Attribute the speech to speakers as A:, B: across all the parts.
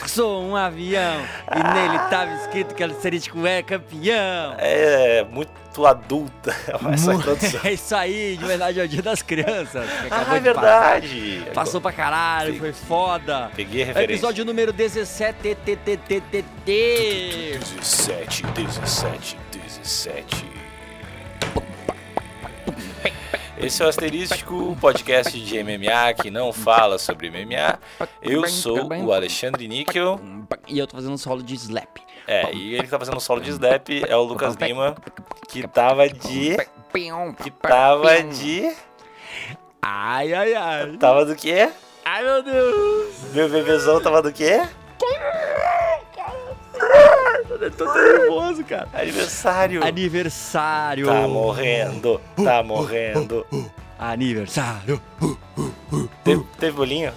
A: lançou um avião e nele estava escrito que o Cerístico é campeão.
B: É, muito adulta essa
A: Mu-
B: introdução.
A: É isso aí, de verdade é o dia das crianças. que acabou
B: Ah, é
A: de
B: verdade.
A: passar. Passou pra caralho, foi foda.
B: Peguei a referência.
A: Episódio número 17. TTTTTT.
B: 17, 17, 17. Esse é o Asterístico, o podcast de MMA que não fala sobre MMA. Eu sou o Alexandre Níquel.
A: E eu tô fazendo um solo de slap.
B: É, e ele que tá fazendo solo de snap é o Lucas Lima, que tava de. Que tava de.
A: Ai, ai, ai.
B: Tava do quê?
A: Ai, meu Deus.
B: Meu bebezão tava do quê?
A: Eu tô nervoso, cara.
B: Aniversário.
A: Aniversário.
B: Tá morrendo, tá morrendo.
A: Aniversário.
B: Teve, teve bolinho?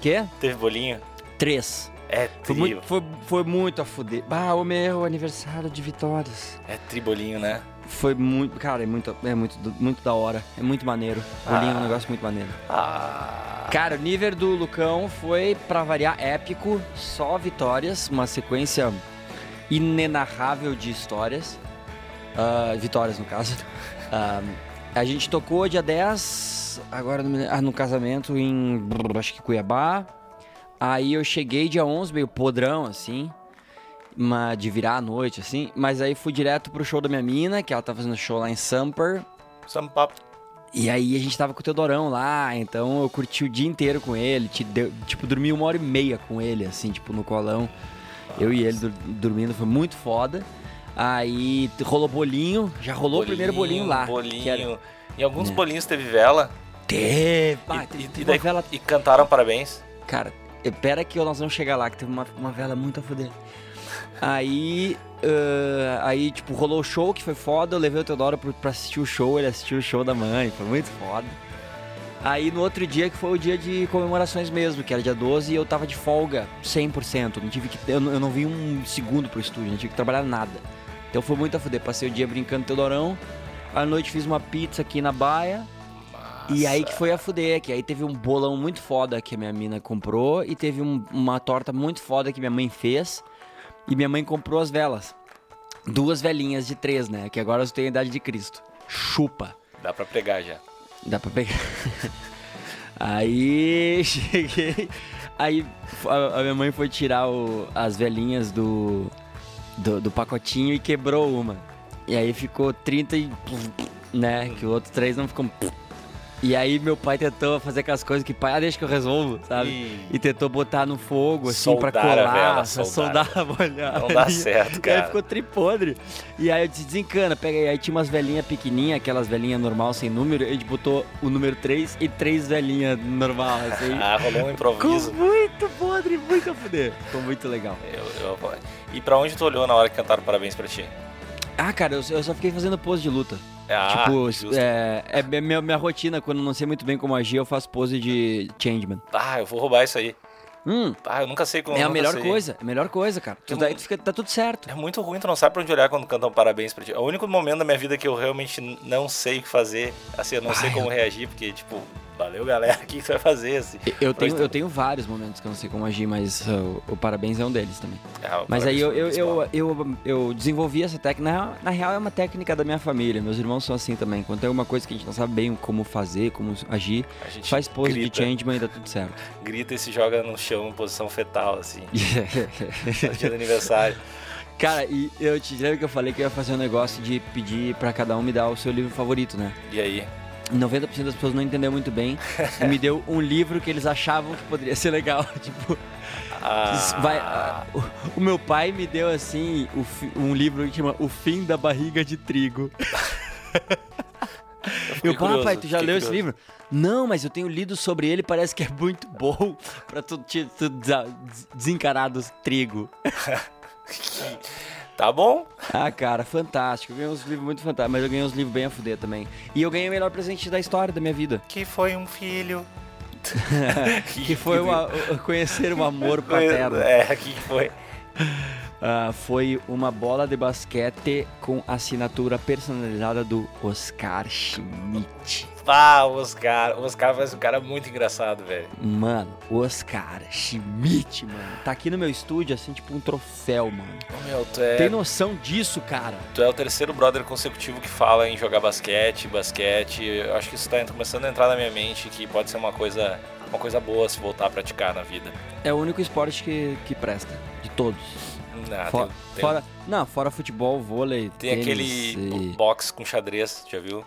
A: Quê?
B: Teve bolinho?
A: Três.
B: É
A: Foi
B: tri,
A: muito, foi, foi muito a fuder. Ah, o meu aniversário de vitórias.
B: é tribolinho, né?
A: Foi muito. Cara, é muito, é muito, do- muito da hora. É muito maneiro. Bolinho é um negócio muito maneiro.
B: Ah,
A: Cara, o nível do Lucão foi, pra variar, épico. Só vitórias. Uma sequência inenarrável de histórias. Ah, vitórias, no caso. Ah, a gente tocou dia 10, agora no, ah, no casamento em, brrr, acho que Cuiabá. Aí eu cheguei dia 11, meio podrão, assim. Uma, de virar a noite, assim. Mas aí fui direto pro show da minha mina, que ela tá fazendo show lá em Samper.
B: Sampap.
A: E aí a gente tava com o Teodorão lá, então eu curti o dia inteiro com ele, te deu- tipo, dormi uma hora e meia com ele, assim, tipo, no colão. Eu e ele dur- dormindo, foi muito foda. Aí t- rolou bolinho, já rolou o primeiro bolinho lá. que era-
B: Bolinho. Em
A: É.
B: alguns bolinhos teve vela.
A: Teve!
B: E-
A: Ah,
B: e-
A: teve,
B: e
A: teve
B: daí-
A: uma vela...
B: E cantaram parabéns.
A: Cara, espera que nós vamos chegar lá, que teve uma, uma vela muito a foder. Aí, ah, aí, tipo, rolou o show, que foi foda. Eu levei o Teodoro pro- pra assistir o show, ele assistiu o show da mãe, foi muito foda. Aí, no outro dia, que foi o dia de comemorações mesmo, que era dia 12, eu tava de folga, 100%. Não tive que, eu, não- eu não vim um segundo pro estúdio, não tive que trabalhar nada. Então foi muito a foder. Passei o dia brincando com o Teodorão. À noite fiz uma pizza aqui na baia. E aí que foi a fuder, que aí teve um bolão muito foda que a minha mina comprou e teve um- uma torta muito foda que minha mãe fez e minha mãe comprou as velas. Duas velinhas de três, né? Que agora eu tenho a idade de Cristo. Chupa.
B: Dá pra pregar já.
A: Dá pra pegar. Aí cheguei. Aí a, a minha mãe foi tirar o- as velhinhas do, do, do pacotinho e quebrou uma. E aí ficou 30 e. né? Que o outro três não ficou. E aí meu pai tentou fazer aquelas coisas que pai, ah, deixa que eu resolvo, sabe?
B: Ih,
A: E tentou botar no fogo, assim, pra
B: Soldar a
A: colar,
B: vela,
A: pra
B: soldar.
A: soldar a bolha.
B: Não dá certo,
A: E aí
B: cara.
A: ficou tripodre. E aí eu disse, desencana, pega aí. Aí tinha umas velhinhas pequenininhas, aquelas velhinhas normal sem número. A gente botou o número 3 e três velhinhas normal, assim.
B: Ah, rolou um
A: Ficou
B: improviso.
A: muito podre, muito a fuder. Ficou muito legal.
B: Eu, eu- E pra onde tu olhou na hora que cantaram parabéns pra ti?
A: Ah, cara, eu, eu só fiquei fazendo pose de luta.
B: Ah,
A: tipo,
B: justo.
A: é, é minha- minha, minha rotina, quando eu não sei muito bem como agir, eu faço pose de changeman.
B: Ah, eu vou roubar isso aí.
A: Hum,
B: Ah, eu nunca sei como.
A: é a
B: nunca
A: melhor
B: sei.
A: coisa, é a melhor coisa, cara. Tu,
B: Eu-
A: daí tu fica, tá tudo certo.
B: É muito ruim, tu não sabe pra onde olhar quando cantam parabéns pra ti. É o único momento da minha vida que eu realmente n- não sei o que fazer. Assim, eu não sei
A: Ai,
B: como reagir, porque, tipo, valeu galera, o que que você vai fazer? Assim?
A: Eu tenho,
B: Pois tá.
A: eu tenho vários momentos que eu não sei como agir, mas uh, o, o parabéns é um deles também.
B: Ah, o
A: Mas aí eu, eu,
B: parabéns foi
A: eu, eu, eu desenvolvi essa técnica. Na, real- na real, é uma técnica da minha família. Meus irmãos são assim também. Quando tem alguma coisa que a gente não sabe bem como fazer, como agir,
B: principal. A gente
A: faz pose
B: grita,
A: de changeman e dá tudo certo.
B: Grita e se joga no chão em posição fetal, assim. no dia do aniversário.
A: Cara, e eu te lembro que eu falei que eu ia fazer um negócio de pedir pra cada um me dar o seu livro favorito, né?
B: E aí?
A: 90% das pessoas não entenderam muito bem e me deu um livro que eles achavam que poderia ser legal. tipo,
B: Ah,
A: vai- ah, o, o meu pai me deu assim o fi- um livro que chama O Fim da Barriga de Trigo.
B: fiquei
A: Meu
B: curioso,
A: papai, tu já
B: fiquei
A: leu esse
B: curioso.
A: livro? Não, mas eu tenho lido sobre ele, parece que é muito bom pra tu, te, tu desa- des- desencarar dos trigo.
B: Tá bom?
A: Ah, cara, fantástico. Eu ganhei uns livros muito fantásticos, mas eu ganhei uns livros bem a fuder também. E eu ganhei o melhor presente da história da minha vida.
B: Que foi um filho.
A: Que foi o a- o- conhecer o amor paterno.
B: É, que foi.
A: ah, foi uma bola de basquete com assinatura personalizada do Oscar Schmidt.
B: Ah, o Oscar. O Oscar faz um cara muito engraçado, velho.
A: Mano, Oscar Schmidt, mano. Tá aqui no meu estúdio, assim, tipo um troféu, mano.
B: Ô, Meu, tu é,
A: Tem noção disso, cara?
B: tu é o terceiro brother consecutivo que fala em jogar basquete, basquete. Eu acho que isso tá começando a entrar na minha mente que pode ser uma coisa, uma coisa boa se voltar a praticar na vida.
A: É o único esporte que, que presta, de todos.
B: Ah,
A: Fo-
B: tem- tem-
A: Fora, não, fora futebol, vôlei,
B: Tem
A: tênis
B: aquele
A: e-
B: box com xadrez, já viu?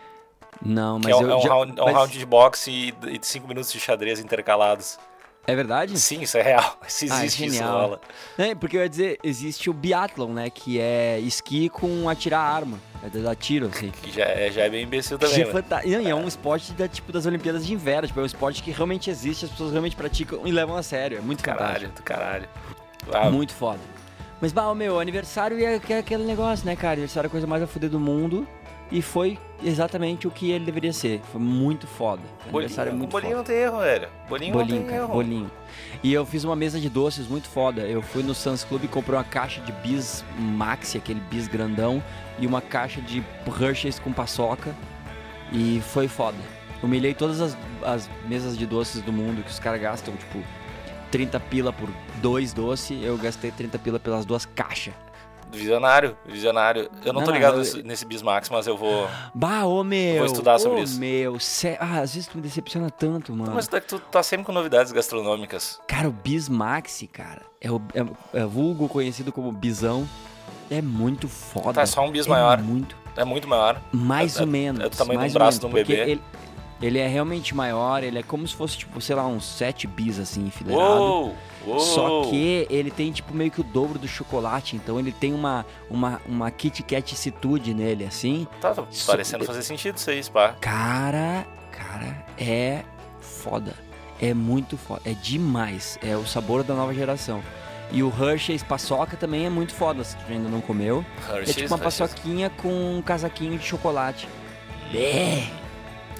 A: Não, mas
B: que é um,
A: eu
B: é um
A: já-
B: round, é um
A: mas-
B: round de boxe e, e de 5 minutos de xadrez intercalados.
A: É verdade?
B: Sim, isso é real. Isso
A: Ah,
B: existe, isso
A: genial.
B: rola.
A: É, porque eu ia dizer, existe o biathlon, né? Que é esqui com atirar arma. É de dar tiro, assim.
B: Que já é, já é bem imbecil
A: Que
B: também,
A: é
B: né?
A: fanta- Não, e é um esporte da, tipo, das Olimpíadas de Inverno. Tipo, é um esporte que realmente existe, as pessoas realmente praticam e levam a sério. É muito
B: Caralho,
A: fantástico.
B: do caralho. Ah,
A: Muito foda. Mas, bah, o meu aniversário é que é aquele negócio, né, cara? Aniversário é a coisa mais a fuder do mundo. E foi exatamente o que ele deveria ser. Foi muito foda. Aniversário é
B: bolinho,
A: muito
B: bolinho
A: foda.
B: não tem erro, velho. Bolinho,
A: Bolinho,
B: não tem
A: cara,
B: erro.
A: bolinho. E eu fiz uma mesa de doces muito foda. Eu fui no Sans Club e comprei uma caixa de bis maxi, aquele bis grandão, e uma caixa de Hershey's com paçoca. E foi foda. Humilhei todas as, as mesas de doces do mundo que os caras gastam, tipo, 30 pila por dois doces. Eu gastei 30 pila pelas duas caixas.
B: Visionário, visionário. Eu não,
A: Não,
B: tô
A: não,
B: ligado
A: eu-
B: nesse- nesse Bismax, mas eu vou.
A: Bah, ô meu!
B: Vou estudar sobre
A: ô,
B: isso.
A: meu, sé- ah, às vezes tu me decepciona tanto, mano.
B: Mas tu, tu tá sempre com novidades gastronômicas.
A: Cara, o Bismaxi, cara, é, o, é, é vulgo conhecido como bisão. É muito foda.
B: Tá, é só um bis
A: É
B: maior.
A: muito.
B: É muito maior.
A: Mais
B: É-
A: ou
B: é-
A: menos.
B: é do tamanho de um
A: mais
B: braço
A: ou menos,
B: de
A: porque
B: um bebê.
A: Ele, ele é realmente maior, ele é como se fosse, tipo, sei lá, uns 7 bis, assim, enfileirado.
B: Uou! Uou!
A: Só que ele tem, tipo, meio que o dobro do chocolate. Então ele tem uma, uma, uma Kit Katitude nele, assim.
B: Tá, tá
A: Isso- É
B: parecendo fazer sentido isso aí, Spa.
A: Cara, cara, é foda. É muito foda. É demais. É o sabor da nova geração. E o Hershey's paçoca também é muito foda, se tu ainda não comeu. é tipo uma paçoquinha com um casaquinho de chocolate. É. Bé.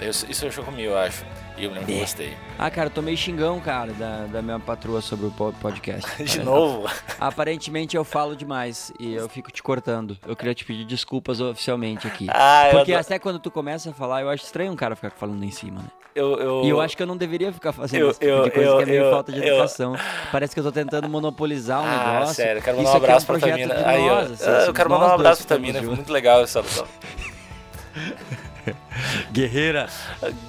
B: Eu- isso eu já comi, eu acho. E eu não
A: É.
B: gostei.
A: Ah, cara, eu tomei xingão, cara, da, da minha patroa sobre o po- podcast.
B: De novo?
A: Aparentemente eu falo demais e eu fico te cortando. Eu queria te pedir desculpas oficialmente aqui.
B: Ah, eu
A: Porque
B: adoro-
A: até quando tu começa a falar, eu acho estranho um cara ficar falando em cima, né?
B: eu, eu,
A: E eu acho que eu não deveria ficar fazendo
B: Eu-
A: esse tipo
B: eu-
A: de coisa
B: eu-
A: que é meio
B: eu-
A: falta de
B: eu-
A: educação. Parece que eu tô tentando monopolizar um
B: ah,
A: negócio.
B: sério, quero mandar
A: Isso
B: um
A: aqui
B: abraço
A: é um
B: pra
A: projeto
B: Tamina.
A: de
B: Aí, ó,
A: nós, assim,
B: ah, eu
A: somos
B: quero mandar um
A: nós dois
B: abraço
A: que
B: pra
A: estamos
B: Tamina, foi
A: juntos.
B: muito legal essa adoção.
A: Guerreira.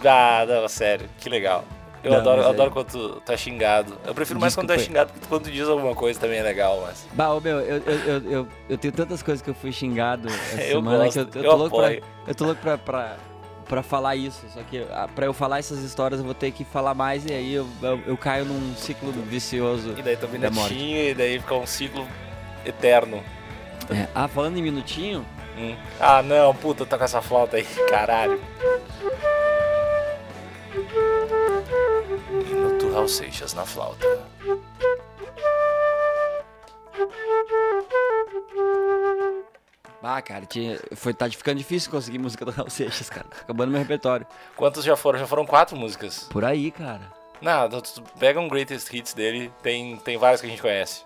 B: Ah, não, sério, que legal. Eu
A: Não,
B: adoro,
A: mas é-
B: adoro quando tu tá xingado. Eu prefiro mais quando tu é
A: Desculpa.
B: xingado porque quando tu diz alguma coisa também é legal, mas.
A: Bah, ô, meu, eu, eu, eu, eu, eu tenho tantas coisas que eu fui xingado essa
B: Eu
A: semana
B: gosto,
A: que eu, eu,
B: eu
A: tô louco pra,
B: apoio.
A: eu tô louco pra, pra, pra falar isso. Só que ah, pra eu falar essas histórias eu vou ter que falar mais e aí eu, eu, eu caio num ciclo vicioso.
B: E daí Tamina
A: Da morte.
B: tinha, e daí fica um ciclo eterno.
A: É, Ah, falando em minutinho,
B: Hum. Ah, não, puta, tá com essa flauta aí, caralho. Minuto Raul Seixas na flauta.
A: bah, cara, tinha, foi, tá ficando difícil conseguir música do Raul Seixas, cara. Tá acabando meu repertório.
B: Quantos já foram? Já foram quatro músicas.
A: Por aí, cara.
B: Nada, tu pega um Greatest Hits dele, tem, tem vários que a gente conhece.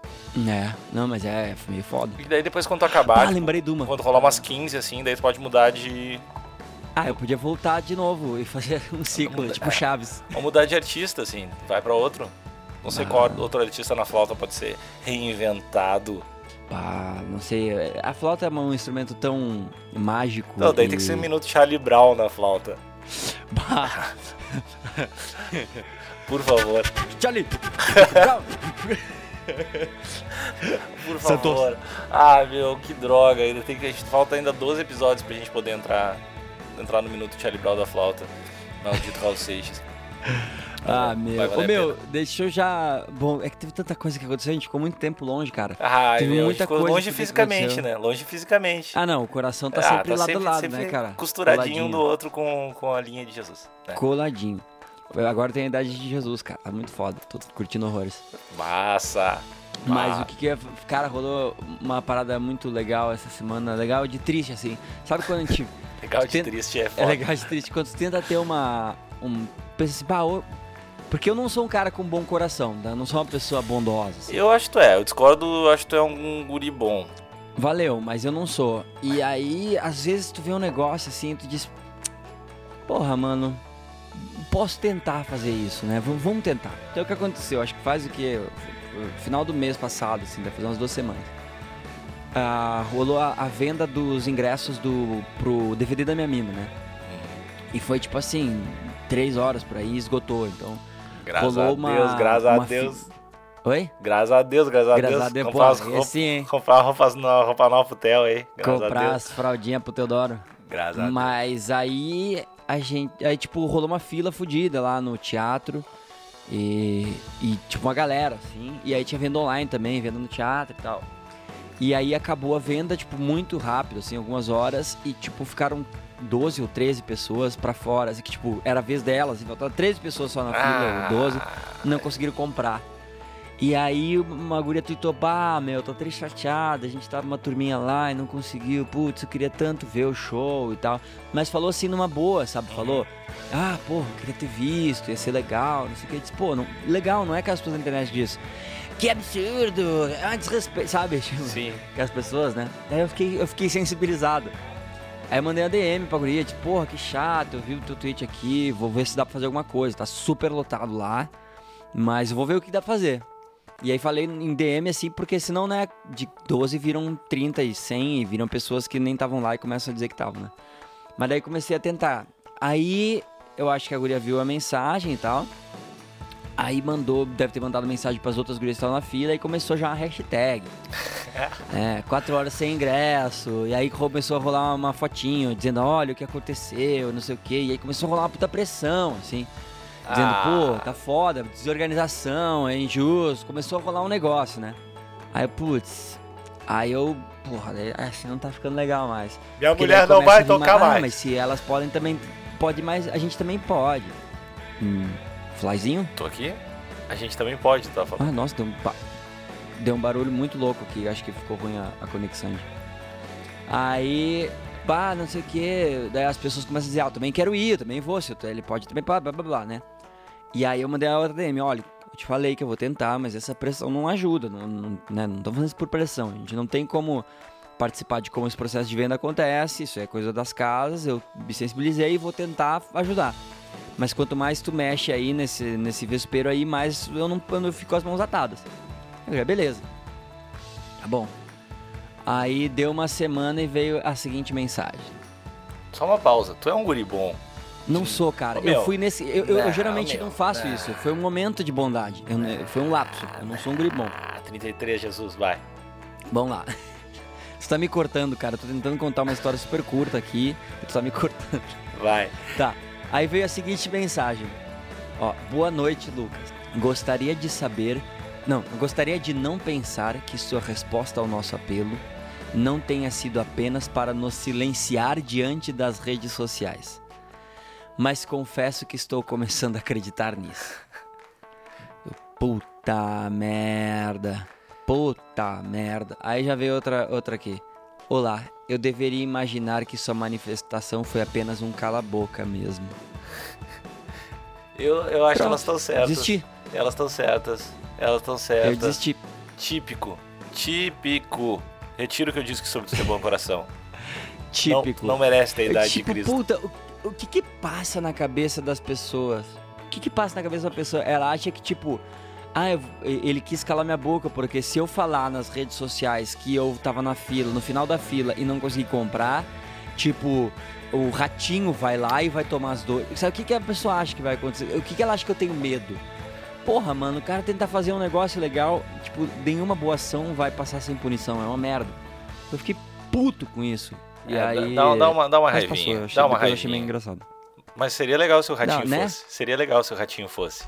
A: É, não, mas é meio foda.
B: E daí depois quando tu
A: Ah,
B: acabar, tipo,
A: lembrei de uma.
B: quando rolar umas 15 assim, daí tu pode mudar de.
A: Ah, eu podia voltar de novo e fazer um ciclo,
B: é.
A: tipo Chaves.
B: Ou mudar de artista, assim, vai pra outro. Não sei
A: Ah.
B: qual outro artista na flauta pode ser reinventado.
A: Ah, não sei. é, A flauta é um instrumento tão mágico.
B: Não, daí
A: e-
B: tem que ser um minuto Charlie Brown na flauta.
A: Bah,
B: Por favor.
A: Charlie!
B: Por
A: Santos.
B: favor. Ah, meu, que droga. Ainda tem que. A gente falta ainda 12 episódios pra gente poder entrar. Entrar no minuto Charlie Brown da flauta. Maldito Raul Seixas.
A: ah,
B: Vai
A: meu.
B: valer
A: Ô,
B: a
A: meu, deixa eu já. Bom, é que teve tanta coisa que aconteceu, a gente ficou muito tempo longe, cara.
B: Ah,
A: Teve
B: meu, a gente
A: muita
B: ficou
A: coisa
B: longe
A: que
B: fisicamente,
A: aconteceu.
B: né? Longe fisicamente.
A: Ah, não, o coração tá
B: Ah,
A: sempre lado
B: sempre-
A: a lado,
B: sempre
A: né, cara?
B: Costuradinho um do
A: Coladinho.
B: outro com, com a linha de Jesus. né?
A: Coladinho. Eu Agora tem a idade de Jesus, cara. Tá muito foda. Tô curtindo horrores.
B: Massa.
A: Mas
B: Ah.
A: o que que é. Cara, rolou uma parada muito legal essa semana. Legal de triste, assim. Sabe quando a gente.
B: Legal de
A: Tem-
B: triste é
A: É
B: foda.
A: legal de triste quando tu tenta ter uma. Um, pensa assim, bah, ô, Porque eu não sou um cara com bom coração, tá? não sou uma pessoa bondosa. assim.
B: Eu acho que tu é, eu discordo, eu acho que tu é um guri bom.
A: Valeu, mas eu não sou. E aí, às vezes tu vê um negócio assim, tu diz, porra, mano, posso tentar fazer isso, né? Vamos, vamos tentar. Então o que aconteceu? Acho que faz o que? Final do mês passado, assim, deve fazer umas duas semanas. Ah, rolou a, a venda dos ingressos do pro DVD da minha mina, né? E foi tipo assim, três horas por aí, esgotou. Então,
B: Graças
A: Rolou
B: a
A: uma-
B: Deus, graças a
A: uma fi-
B: Deus.
A: oi?
B: Graças a Deus, graças a
A: Graças
B: Deus.
A: a Deus,
B: comprar, as
A: pô,
B: roupas,
A: esse, hein?
B: comprar roupas no, roupa nova pro Theo aí. Graças a
A: Comprar
B: Deus.
A: as fraldinhas pro Teodoro.
B: Graças a Deus.
A: Mas aí a gente. Aí, tipo, rolou uma fila fodida lá no teatro. E, e, tipo, uma galera, assim. E aí tinha venda online também, venda no teatro e tal. E aí acabou a venda, tipo, muito rápido, assim, algumas horas. E, tipo, ficaram 12 ou 13 pessoas pra fora. Assim, que, tipo, era a vez delas. Então, tava 13 pessoas só na fila, um
B: Ah.
A: ou 12. Não conseguiram comprar. E aí uma guria tweetou, bah, meu, tô triste chateada, a gente tava numa turminha lá e não conseguiu, putz, eu queria tanto ver o show e tal. Mas falou assim numa boa, sabe? Falou, ah, pô, eu queria ter visto, ia ser legal, não sei o que. Eu Disse, pô, não, legal, não é que as pessoas na internet dizem, que absurdo, é um desrespeito, sabe? Tipo,
B: Sim.
A: que as pessoas, né? Daí eu fiquei, eu fiquei sensibilizado. Aí eu mandei uma DM pra guria, tipo, porra, que chato, eu vi o teu tweet aqui, vou ver se dá pra fazer alguma coisa, tá super lotado lá, mas eu vou ver o que dá pra fazer. E aí falei em DM assim, porque senão, né, de 12 viram 30 e 100 e viram pessoas que nem estavam lá e começam a dizer que estavam, né? Mas daí comecei a tentar. Aí eu acho que a guria viu a mensagem e tal. Aí mandou, deve ter mandado mensagem pras outras gurias que estavam na fila e começou já a hashtag. É, quatro horas sem ingresso. E aí começou a rolar uma fotinho dizendo, olha o que aconteceu, não sei o quê. E aí começou a rolar uma puta pressão, assim. Dizendo,
B: Ah.
A: pô, tá foda, desorganização, é injusto. Começou a rolar um negócio, né? Aí, eu, putz, aí eu, porra, daí, assim não tá ficando legal mais.
B: Minha
A: Porque
B: mulher
A: daí
B: não
A: começa
B: vai
A: a vir
B: tocar
A: Ah,
B: mais.
A: mas se elas podem também, pode mais, a gente também pode. Hum, flyzinho?
B: Tô aqui? A gente também pode, tá falando.
A: Ah, nossa, deu um, ba- deu um barulho muito louco aqui. Acho que ficou ruim a, a conexão. Aí, bah, não sei o que. Daí as pessoas começam a dizer, ah, eu também quero ir, eu também vou. Se eu tô- ele pode também, blá, blá, blá, blá, né? E aí eu mandei a outra DM, olha, eu te falei que eu vou tentar, mas essa pressão não ajuda, não, não, né? Não tô fazendo isso por pressão. A gente não tem como participar de como esse processo de venda acontece, isso é coisa das casas, eu me sensibilizei e vou tentar ajudar. Mas quanto mais tu mexe aí nesse, nesse vespeiro aí, mais eu não eu não fico com as mãos atadas. Eu falei, beleza. Tá bom. Aí deu uma semana e veio a seguinte mensagem.
B: Só uma pausa. Tu é um guri bom.
A: Não sou, cara.
B: Ô, meu.
A: eu fui nesse. Eu, eu- eu
B: Não,
A: geralmente
B: meu.
A: não faço
B: Não.
A: isso. Foi um momento de bondade. Eu não- foi um lapso. Eu não sou um guri bom.
B: Ah, 33, Jesus, vai.
A: Vamos lá. Você tá me cortando, cara. Eu tô tentando contar uma história super curta aqui. Tu tá me cortando.
B: Vai.
A: Tá. Aí veio a seguinte mensagem. Ó, boa noite, Lucas. Gostaria de saber. Não, gostaria de não pensar que sua resposta ao nosso apelo não tenha sido apenas para nos silenciar diante das redes sociais. Mas confesso que estou começando a acreditar nisso. Eu, Puta merda. Puta merda. Aí já veio outra, outra aqui. Olá, eu deveria imaginar que sua manifestação foi apenas um cala-boca mesmo.
B: Eu, eu acho que
A: Pronto.
B: elas estão certas.
A: Desisti.
B: Elas estão certas. Elas estão
A: Eu
B: certas.
A: desisti.
B: Típico. Típico. Retiro o que eu disse que sobre tu ter bom coração. Não-
A: Típico.
B: Não, merece ter a
A: Eu,
B: idade
A: tipo,
B: de Cristo.
A: puta, o, o que que passa na cabeça das pessoas? O que que passa na cabeça da pessoa? Ela acha que, tipo, ah, eu- ele quis calar minha boca, porque se eu falar nas redes sociais que eu tava na fila, no final da fila e não consegui comprar, tipo, o ratinho vai lá e vai tomar as dores. Sabe o que que a pessoa acha que vai acontecer? O que que ela acha que eu tenho medo? Porra, mano, o cara tentar fazer um negócio legal, tipo, nenhuma boa ação vai passar sem punição, é uma merda. Eu fiquei puto com isso. E
B: É, dá-
A: aí...
B: Dá, dá uma, dá uma
A: Mas
B: raivinha.
A: passou, eu achei-
B: dá uma
A: depois eu achei meio
B: raivinha.
A: engraçado.
B: Mas seria legal se o ratinho
A: Não, né?
B: fosse. Seria legal se o ratinho fosse.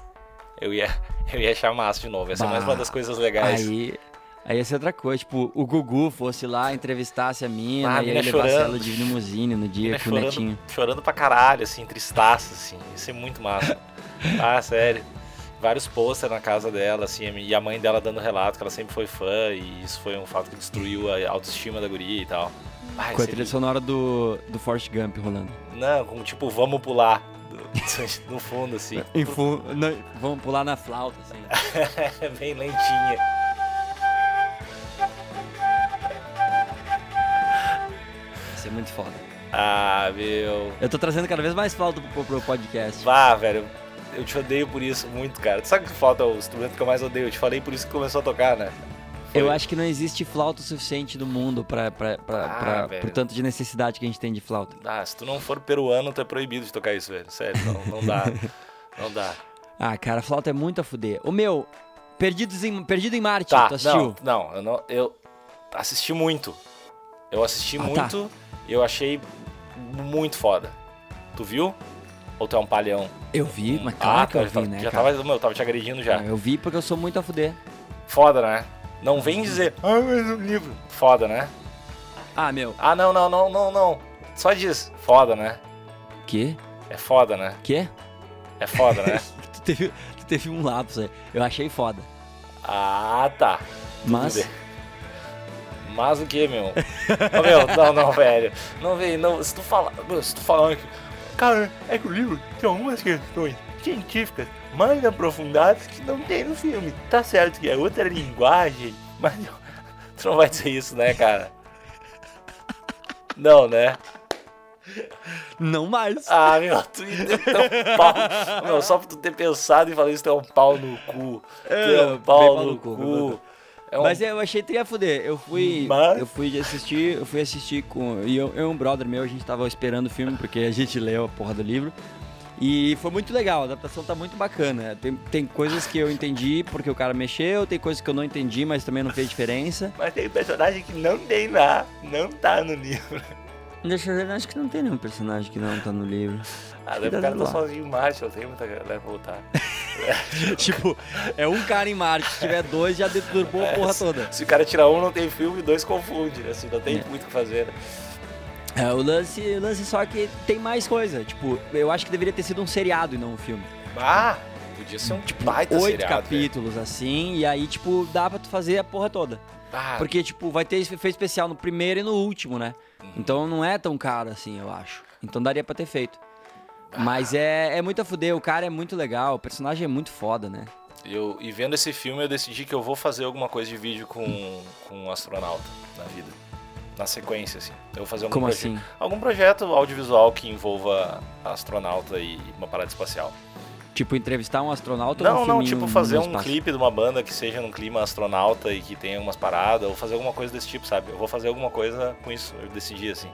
B: Eu ia, eu ia achar massa de novo. Essa é mais
A: Bah.
B: uma das coisas legais. Né,
A: Aí, aí ia ser outra coisa, tipo, o Gugu fosse lá, entrevistasse a mina,
B: Ah, a
A: e
B: mina
A: aí levasse
B: chorando.
A: ela de limusine no
B: Né,
A: dia com o
B: chorando,
A: netinho.
B: chorando pra caralho, assim, tristaça, assim. Isso é muito massa. ah, sério. Vários posters na casa dela, assim, e a mãe dela dando relato que ela sempre foi fã, e isso foi um fato que destruiu a autoestima da guria e tal. Ai,
A: Com a
B: seria-
A: trilha sonora do, do Forrest Gump rolando.
B: Não, com tipo, vamos pular. do- no fundo, assim.
A: Né? Em fu- na- Vamos pular na flauta, assim.
B: É Bem lentinha.
A: Isso é muito foda.
B: Ah, meu.
A: Eu tô trazendo cada vez mais flauta pro, pro podcast.
B: Vá, velho. Eu te odeio por isso muito, cara. Tu sabe que falta o instrumento que eu mais odeio? Eu te falei por isso que começou a tocar, né? Foi.
A: Eu acho que não existe flauta o suficiente no mundo pra, pra, pra,
B: Ah,
A: pra-
B: velho.
A: pro tanto de necessidade que a gente tem de flauta.
B: Ah, se tu não for peruano, tu é proibido de tocar isso, velho. Sério, não, não dá. Não dá.
A: Ah, cara, flauta é muito a fuder. O meu, Perdidos em, Perdido em Marte,
B: Tá,
A: tu assistiu?
B: não, não, eu não. Eu assisti muito. Eu assisti
A: Ah, tá.
B: muito e eu achei muito foda. Tu viu? Ou tu é um palhão?
A: Eu vi, mas
B: ah,
A: claro que
B: tá,
A: eu
B: já,
A: vi,
B: tava-
A: né,
B: já
A: cara?
B: tava, meu, eu tava te agredindo já.
A: Eu vi porque eu sou muito a fuder.
B: Foda, né? Não vem dizer, ah, mas o livro. Foda, né?
A: Ah, meu,
B: Ah, não, não, não, não, não. Só diz, foda, né?
A: que?
B: É foda, né?
A: Que?
B: É foda, né?
A: Tu teve, tu teve um lapso aí. Eu achei foda.
B: ah, tá.
A: Mas,
B: bem. Mas o que, meu? Ô, meu, não, não, velho. Não vem, não. Se tu falar. Meu, se tu falar que. Cara, é que o livro tem algumas questões científicas mais aprofundadas que não tem no filme. Tá certo que é outra linguagem, mas. Tu não vai dizer isso, né, cara? Não, né?
A: não mais.
B: Ah, meu, tu me deu teu um pau. Meu, só pra tu ter pensado e falar isso, tu é um pau no cu. Tu é
A: É,
B: um
A: bem
B: pau
A: pau
B: no
A: no cu, meu
B: cu.
A: Deus.
B: É um
A: Mas eu achei tria fuder. Eu fui.
B: Mas-
A: Eu fui assistir, eu fui assistir com. E eu, eu e um brother meu, a gente tava esperando o filme, porque a gente leu a porra do livro. E foi muito legal, a adaptação tá muito bacana. Tem, tem coisas que eu entendi porque o cara mexeu, tem coisas que eu não entendi, mas também não fez diferença.
B: Mas tem personagem que não tem lá, não tá no livro.
A: Deixa eu ver, acho que não tem nenhum personagem que não tá no livro.
B: Ah, daí o cara tá sozinho em Marte, eu tenho muita galera pra voltar.
A: tipo, é um cara em Marte, se tiver dois, já deturbou a porra toda.
B: Se o cara tirar um, não tem filme, dois confunde, assim, não tem
A: É.
B: muito o que fazer. né?
A: É, o lance, o lance só que tem mais coisa. Tipo, eu acho que deveria ter sido um seriado e não um filme.
B: Ah, podia ser um tipo, baita
A: Oito
B: seriado,
A: capítulos, assim, e aí, tipo, dá pra tu fazer a porra toda.
B: velho. Ah,
A: Porque, tipo, vai ter efeito especial no primeiro e no último, né?
B: Uhum.
A: Então não é tão caro assim, eu acho. Então daria pra ter feito.
B: Ah.
A: Mas é, é muito a fuder, o cara é muito legal, o personagem é muito foda, né?
B: eu, e vendo esse filme, eu decidi que eu vou fazer alguma coisa de vídeo com, com um astronauta na vida. Na sequência, assim. Eu vou fazer algum
A: Como
B: proje-
A: assim?
B: Algum projeto audiovisual que envolva astronauta e uma parada espacial.
A: Tipo, entrevistar um astronauta ou
B: Não,
A: um
B: não,
A: filminho
B: tipo fazer
A: no
B: um
A: espaço?
B: clipe de uma banda que seja num clima astronauta e que tenha umas paradas, ou fazer alguma coisa desse tipo, sabe? Eu vou fazer alguma coisa com isso, eu decidi assim.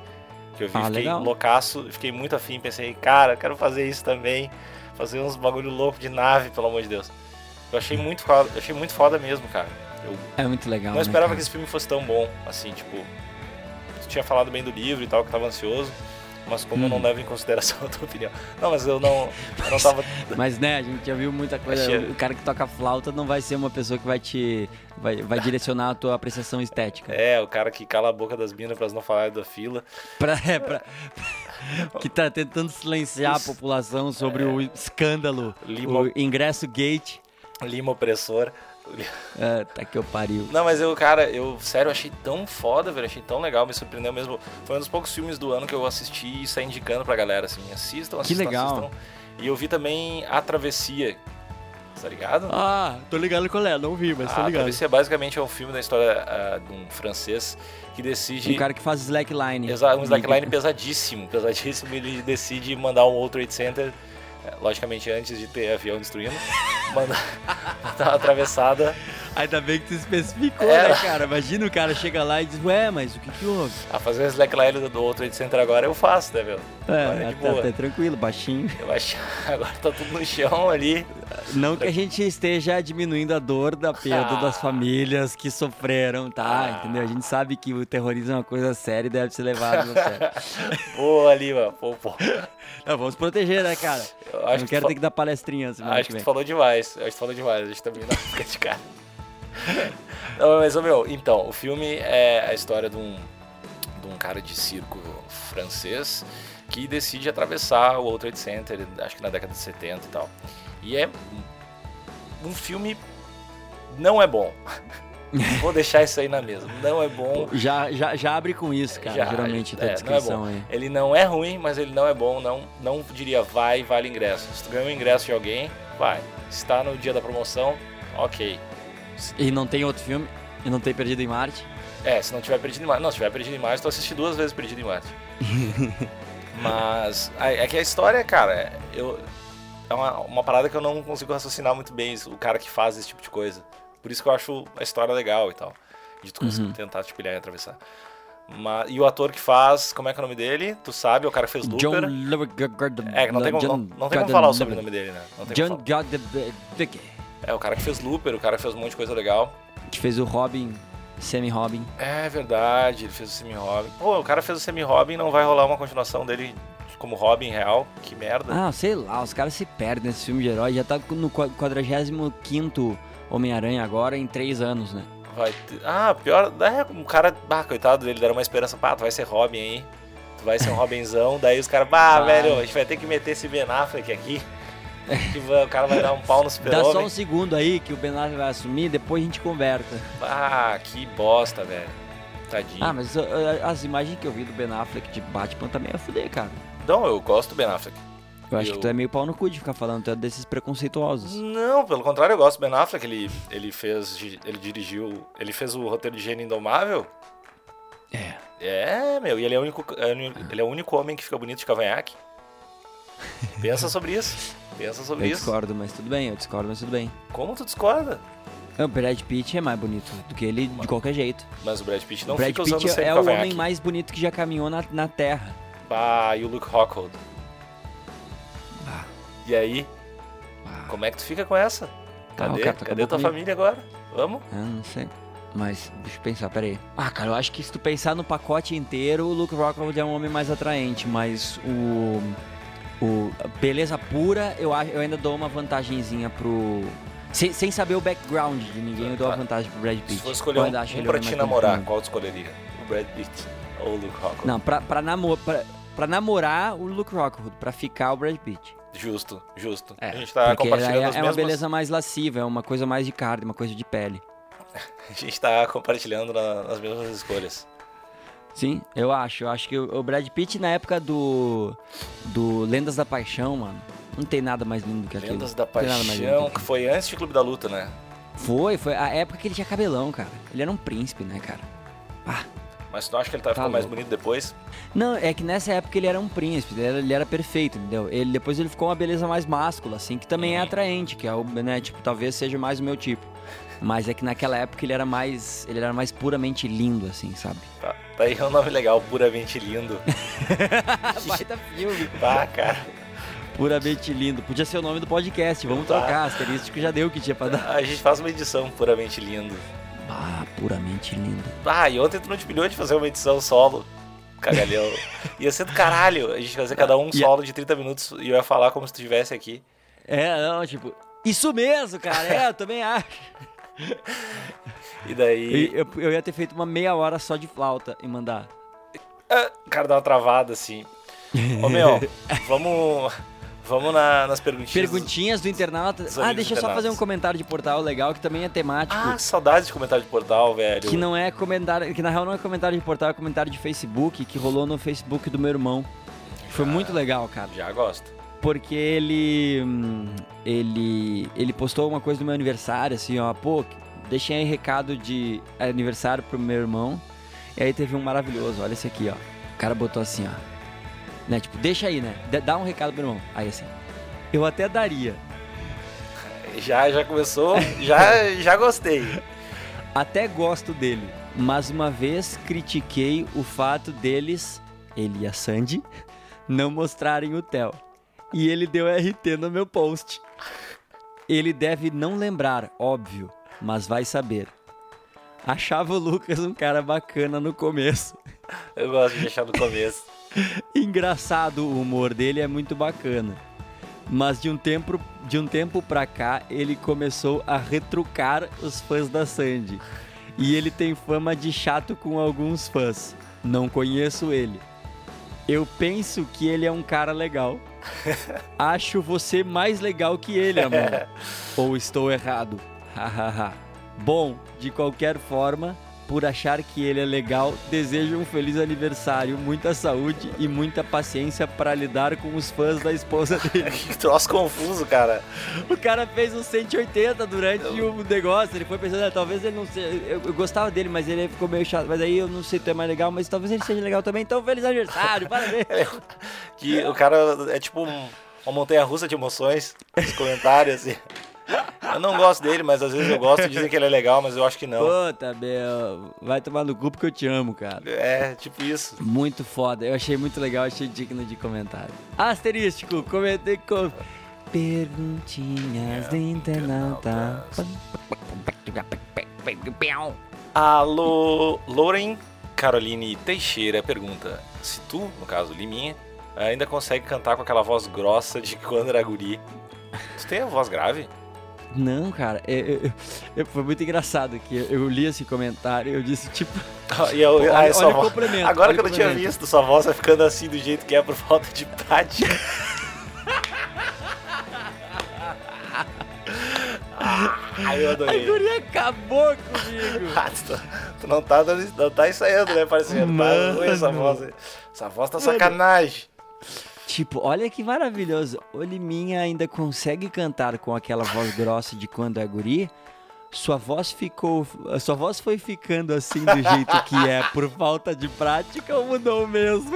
B: Que eu vi,
A: Ah,
B: fiquei
A: legal.
B: loucaço, fiquei muito afim, pensei, cara, quero fazer isso também, fazer uns bagulho louco de nave, pelo amor de Deus. Eu achei
A: Hum.
B: muito foda, eu achei muito foda mesmo, cara.
A: É muito legal.
B: Não
A: né,
B: esperava
A: cara?
B: que esse filme fosse tão bom, assim, tipo. Tu tinha falado bem do livro e tal, que eu tava ansioso, mas como eu não
A: Hum.
B: levo em consideração a tua opinião. Não, mas eu não, eu não tava
A: Mas né, a gente já viu muita coisa.
B: Achei-
A: O cara que toca flauta não vai ser uma pessoa que vai te. vai, vai direcionar a tua apreciação estética.
B: É, o cara que cala a boca das minas pra elas não falarem da fila.
A: Pra, é, pra- que tá tentando silenciar a população sobre o escândalo,
B: Lima-
A: o ingresso gate.
B: Lima opressor.
A: É, tá que eu pariu.
B: Não, mas eu, cara, eu, sério, eu achei tão foda, velho. Achei tão legal, me surpreendeu mesmo. Foi um dos poucos filmes do ano que eu assisti e saí indicando pra galera, assim. Assistam, assistam,
A: legal.
B: assistam. E eu vi também A Travessia, tá ligado?
A: Ah, tô ligado qual é, não vi, mas
B: a Travessia basicamente é um filme da história ah, de um francês que decide...
A: Um cara que faz slackline.
B: Exa- um slackline pesadíssimo, pesadíssimo. Ele decide mandar um outro 8 Center, eh, logicamente antes de ter avião destruindo, mandar, mandar uma atravessada.
A: Ainda bem que tu especificou, né, cara? Imagina o cara chega lá e diz, ué, mas o que que houve?
B: A fazer um slackline do outro 8 Center agora eu faço, né, meu? Agora é
A: É,
B: de
A: tá,
B: boa.
A: tá tranquilo, baixinho.
B: Eu acho, agora tá tudo no chão ali.
A: Não que a gente esteja diminuindo a dor da perda
B: Ah.
A: das famílias que sofreram, tá?
B: Ah.
A: Entendeu? A gente sabe que o terrorismo é uma coisa séria e deve ser levado a sério.
B: Boa ali, mano. Pô, pô.
A: Não, vamos proteger, né, cara?
B: Eu
A: Eu
B: acho
A: não
B: que
A: quero
B: tu
A: ter que dar palestrinha semana
B: Ah, Acho
A: que
B: que tu
A: vem.
B: falou demais. Acho que tu falou demais. A gente também não fica de cara. Não, mas, ô, meu, então, o filme é a história de um, de um cara de circo francês que decide atravessar o World Trade Center, acho que na década de 70 e tal. E é um- um filme... Não é bom. Vou deixar isso aí na mesa. Não é bom.
A: Já, já, já abre com isso, cara.
B: Já-
A: geralmente tá a
B: é, não é
A: descrição
B: bom.
A: aí.
B: Ele não é ruim, mas ele não é bom. Não, não diria vai, vale ingresso. Se tu ganhou um ingresso de alguém, vai. Se tá no dia da promoção, ok.
A: E não tem outro filme? E não tem Perdido em Marte?
B: É, se não tiver perdido em Marte. Não, se tiver perdido em Marte, tu assisti duas vezes perdido em Marte. Mas a- é que a história, cara, é- eu. É uma, uma parada que eu não consigo raciocinar muito bem isso, o cara que faz esse tipo de coisa. Por isso que eu acho a história legal e tal. De tu conseguir
A: Uhum.
B: tentar te pilhar e atravessar. Mas, e o ator que faz, como é que é o nome dele? Tu sabe, é o cara que fez
A: John
B: Looper.
A: Lewis.
B: É, que não tem como, não, não tem como falar o sobrenome dele, né? Não tem
A: John eh,
B: como falar.
A: Goddebeck,
B: É, o cara que fez Looper, o cara que fez um monte de coisa legal.
A: que fez o Robin, semi-Robin.
B: É verdade, ele fez o semi-Robin. Pô, o cara fez o semi-Robin, não vai rolar uma continuação dele como Robin real? Que merda.
A: Ah, sei lá, os caras se perdem nesse filme de herói. Já tá no 45º Homem-Aranha agora em 3 anos, né?
B: Vai ter... Ah, pior, é, um cara, bah, coitado dele, deram uma esperança, pá, tu vai ser Robin aí. Tu vai ser um Robinzão, daí os caras, bah,
A: Vai.
B: velho, a gente vai ter que meter esse Ben Affleck aqui. Que vai- o cara vai dar um pau no
A: Dá só
B: super-homem.
A: um segundo aí que o Ben Affleck vai assumir, depois a gente conversa.
B: Ah, que bosta, velho. Tadinho.
A: Ah, mas uh, uh, as imagens que eu vi do Ben Affleck de Batman também é fuder, cara.
B: Não, eu gosto do Ben Affleck.
A: Eu acho
B: Eu-
A: que tu é meio pau no cu de ficar falando, tu é desses preconceituosos.
B: Não, pelo contrário, eu gosto do Ben Affleck. Ele, ele fez, ele dirigiu, ele fez o roteiro de Gênio Indomável.
A: É.
B: É, meu, e ele é o único, é o único- ele é o único homem que fica bonito de cavanhaque. Pensa sobre isso. Pensa
A: Eu
B: sobre isso.
A: discordo, mas tudo bem, eu discordo, mas tudo bem.
B: Como tu discorda?
A: O Brad Pitt é mais bonito do que ele de qualquer jeito.
B: Mas o Brad Pitt não
A: o Brad
B: Então fica usando
A: Pitt
B: sempre
A: é o
B: cavanhaque.
A: homem mais bonito que já caminhou na, na Terra.
B: Bah, e o Luke Rockhold.
A: Bah.
B: E aí, como é que tu fica com essa? Cadê?
A: o cara tá
B: Cadê
A: acabando
B: tua
A: comigo.
B: família agora? Vamos?
A: Ah, não sei. Mas, deixa eu pensar, peraí. Ah, cara, eu acho que se tu pensar no pacote inteiro, o Luke Rockhold é um homem mais atraente, mas o. O. a Beleza pura, eu, a- eu ainda dou uma vantagenzinha pro. Sem, sem saber o background de ninguém, eu dou uma
B: Tá.
A: vantagem pro Brad Pitt.
B: Se for escolher
A: Eu
B: um,
A: ainda acho
B: um
A: ele
B: pra
A: homem
B: te
A: mais
B: namorar,
A: bonito.
B: qual tu escolheria? O Brad Pitt ou o Luke Rockhold?
A: Uhum. Não, pra, pra, namo- pra- pra namorar o Luke Rockhold, pra ficar o Brad Pitt.
B: Justo, justo. a gente tá
A: Porque é,
B: compartilhando as
A: é uma
B: mesmas.
A: beleza mais lasciva, é uma coisa mais de carne, uma coisa de pele.
B: A gente tá compartilhando na- nas mesmas escolhas.
A: Sim, eu acho. Eu acho que o o Brad Pitt na época do. Do Lendas da Paixão, mano. Não tem nada mais lindo que aquilo.
B: Lendas da
A: Não tem nada mais lindo
B: Paixão,
A: que
B: que foi antes de Clube da Luta, né?
A: aquilo. Foi, foi a época que ele tinha cabelão, cara. Ele era um príncipe, né, cara? Ah.
B: Mas tu não acha que ele tá, ficando mais
A: louco.
B: bonito depois?
A: Não, é que nessa época ele era um príncipe, ele era, ele era perfeito, entendeu? Ele, depois ele ficou uma beleza mais máscula, assim, que também é
B: Uhum.
A: atraente, que é o, né, tipo, talvez seja mais o meu tipo. Mas é que naquela época ele era mais. Ele era mais puramente lindo, assim, sabe?
B: Tá, tá aí um nome legal, puramente lindo.
A: Baita filme.
B: Tá, cara.
A: Puramente lindo. Podia ser o nome do podcast. Vamos
B: Tá.
A: trocar. Asterístico já deu o que tinha pra dar.
B: A gente faz uma edição puramente lindo.
A: Ah, puramente lindo.
B: Ah, e ontem tu não te pilhou de fazer uma edição solo. Cagalhão. ia ser do caralho. A gente fazer cada um um
A: Ia-
B: solo de 30 minutos e eu ia falar como se tu estivesse aqui.
A: É, não, tipo. Isso mesmo, cara. É, eu também acho.
B: E daí.
A: E Eu, eu ia ter feito uma meia hora só de flauta e mandar.
B: Ah, O cara dá uma travada assim. Ô meu, vamos. Vamos na- nas perguntinhas.
A: Perguntinhas do internauta.
B: Os
A: Ah,
B: amigos
A: deixa eu só
B: internautas.
A: fazer um comentário de portal legal que também é temático.
B: Ah, saudades de comentário de portal, velho.
A: Que não é comentário, que na real não é comentário de portal, é comentário de Facebook, que rolou no Facebook do meu irmão. Foi muito legal, cara.
B: Já gosto.
A: porque ele hum, ele ele postou alguma coisa do meu aniversário assim ó pô deixei aí recado de aniversário pro meu irmão e aí teve um maravilhoso olha esse aqui ó o cara botou assim ó né tipo deixa aí né Dá- dá um recado pro meu irmão aí assim eu até daria
B: Já, já começou, já, já gostei.
A: até gosto dele mas uma vez critiquei o fato deles ele e a Sandy não mostrarem o Theo. E ele deu RT no meu post. Ele deve não lembrar, óbvio, mas vai saber. Achava o Lucas um cara bacana no começo.
B: Eu gosto de deixar no começo.
A: Engraçado, o humor dele é muito bacana. Mas de um tempo, de um tempo pra cá, ele começou a retrucar os fãs da Sandy. E ele tem fama de chato com alguns fãs. Não conheço ele. Eu penso que ele é um cara legal. Acho você mais legal que ele, amor. Ou estou errado. Hahaha. Bom, de qualquer forma, por achar que ele é legal, desejo um feliz aniversário, muita saúde e muita paciência para lidar com os fãs da esposa dele.
B: que troço confuso, cara.
A: O cara fez uns 180 durante o negócio, ele foi pensando, "Ah, talvez ele não seja. Eu, eu gostava dele, mas ele ficou meio chato. Mas aí eu não sei se tu é mais legal, mas talvez ele seja legal também. Então, feliz aniversário, parabéns.
B: Que o cara é tipo um- uma montanha russa de emoções nos comentários, assim. Eu não gosto dele, mas às vezes eu gosto. Dizem que ele é legal, mas eu acho que não.
A: Puta, meu. Vai tomar no cu porque eu te amo, cara.
B: É, tipo isso.
A: Muito foda. Eu achei muito legal, achei digno de comentário. Asterístico, comentei com. Perguntinhas do internauta.
B: Alô, Lauren Caroline Teixeira pergunta: Se tu, no caso Liminha, ainda consegue cantar com aquela voz grossa de quando era guri? Tu tem a voz grave?
A: Não, cara, é, eu- eu- eu- eu- foi muito engraçado que eu, eu li esse comentário e eu disse, tipo,
B: E eu,
A: Olha-
B: ai, sua
A: olha o
B: voz-
A: complemento,
B: Agora
A: olha
B: que eu
A: o
B: não tinha
A: complemento.
B: visto, sua voz vai ficando assim do jeito que é por falta de tática. ah, eu
A: a
B: adorei.
A: guria acabou comigo.
B: Ah, tu, tá- tu não, tá, dando- não tá ensaiando, né, parceiro? Tá ruim essa
A: Mano.
B: voz. aí. Essa voz tá sacanagem.
A: tipo, olha que maravilhoso. O Liminha ainda consegue cantar com aquela voz grossa de quando é guri. Sua voz ficou. a Sua voz foi ficando assim do jeito que é, por falta de prática ou mudou mesmo?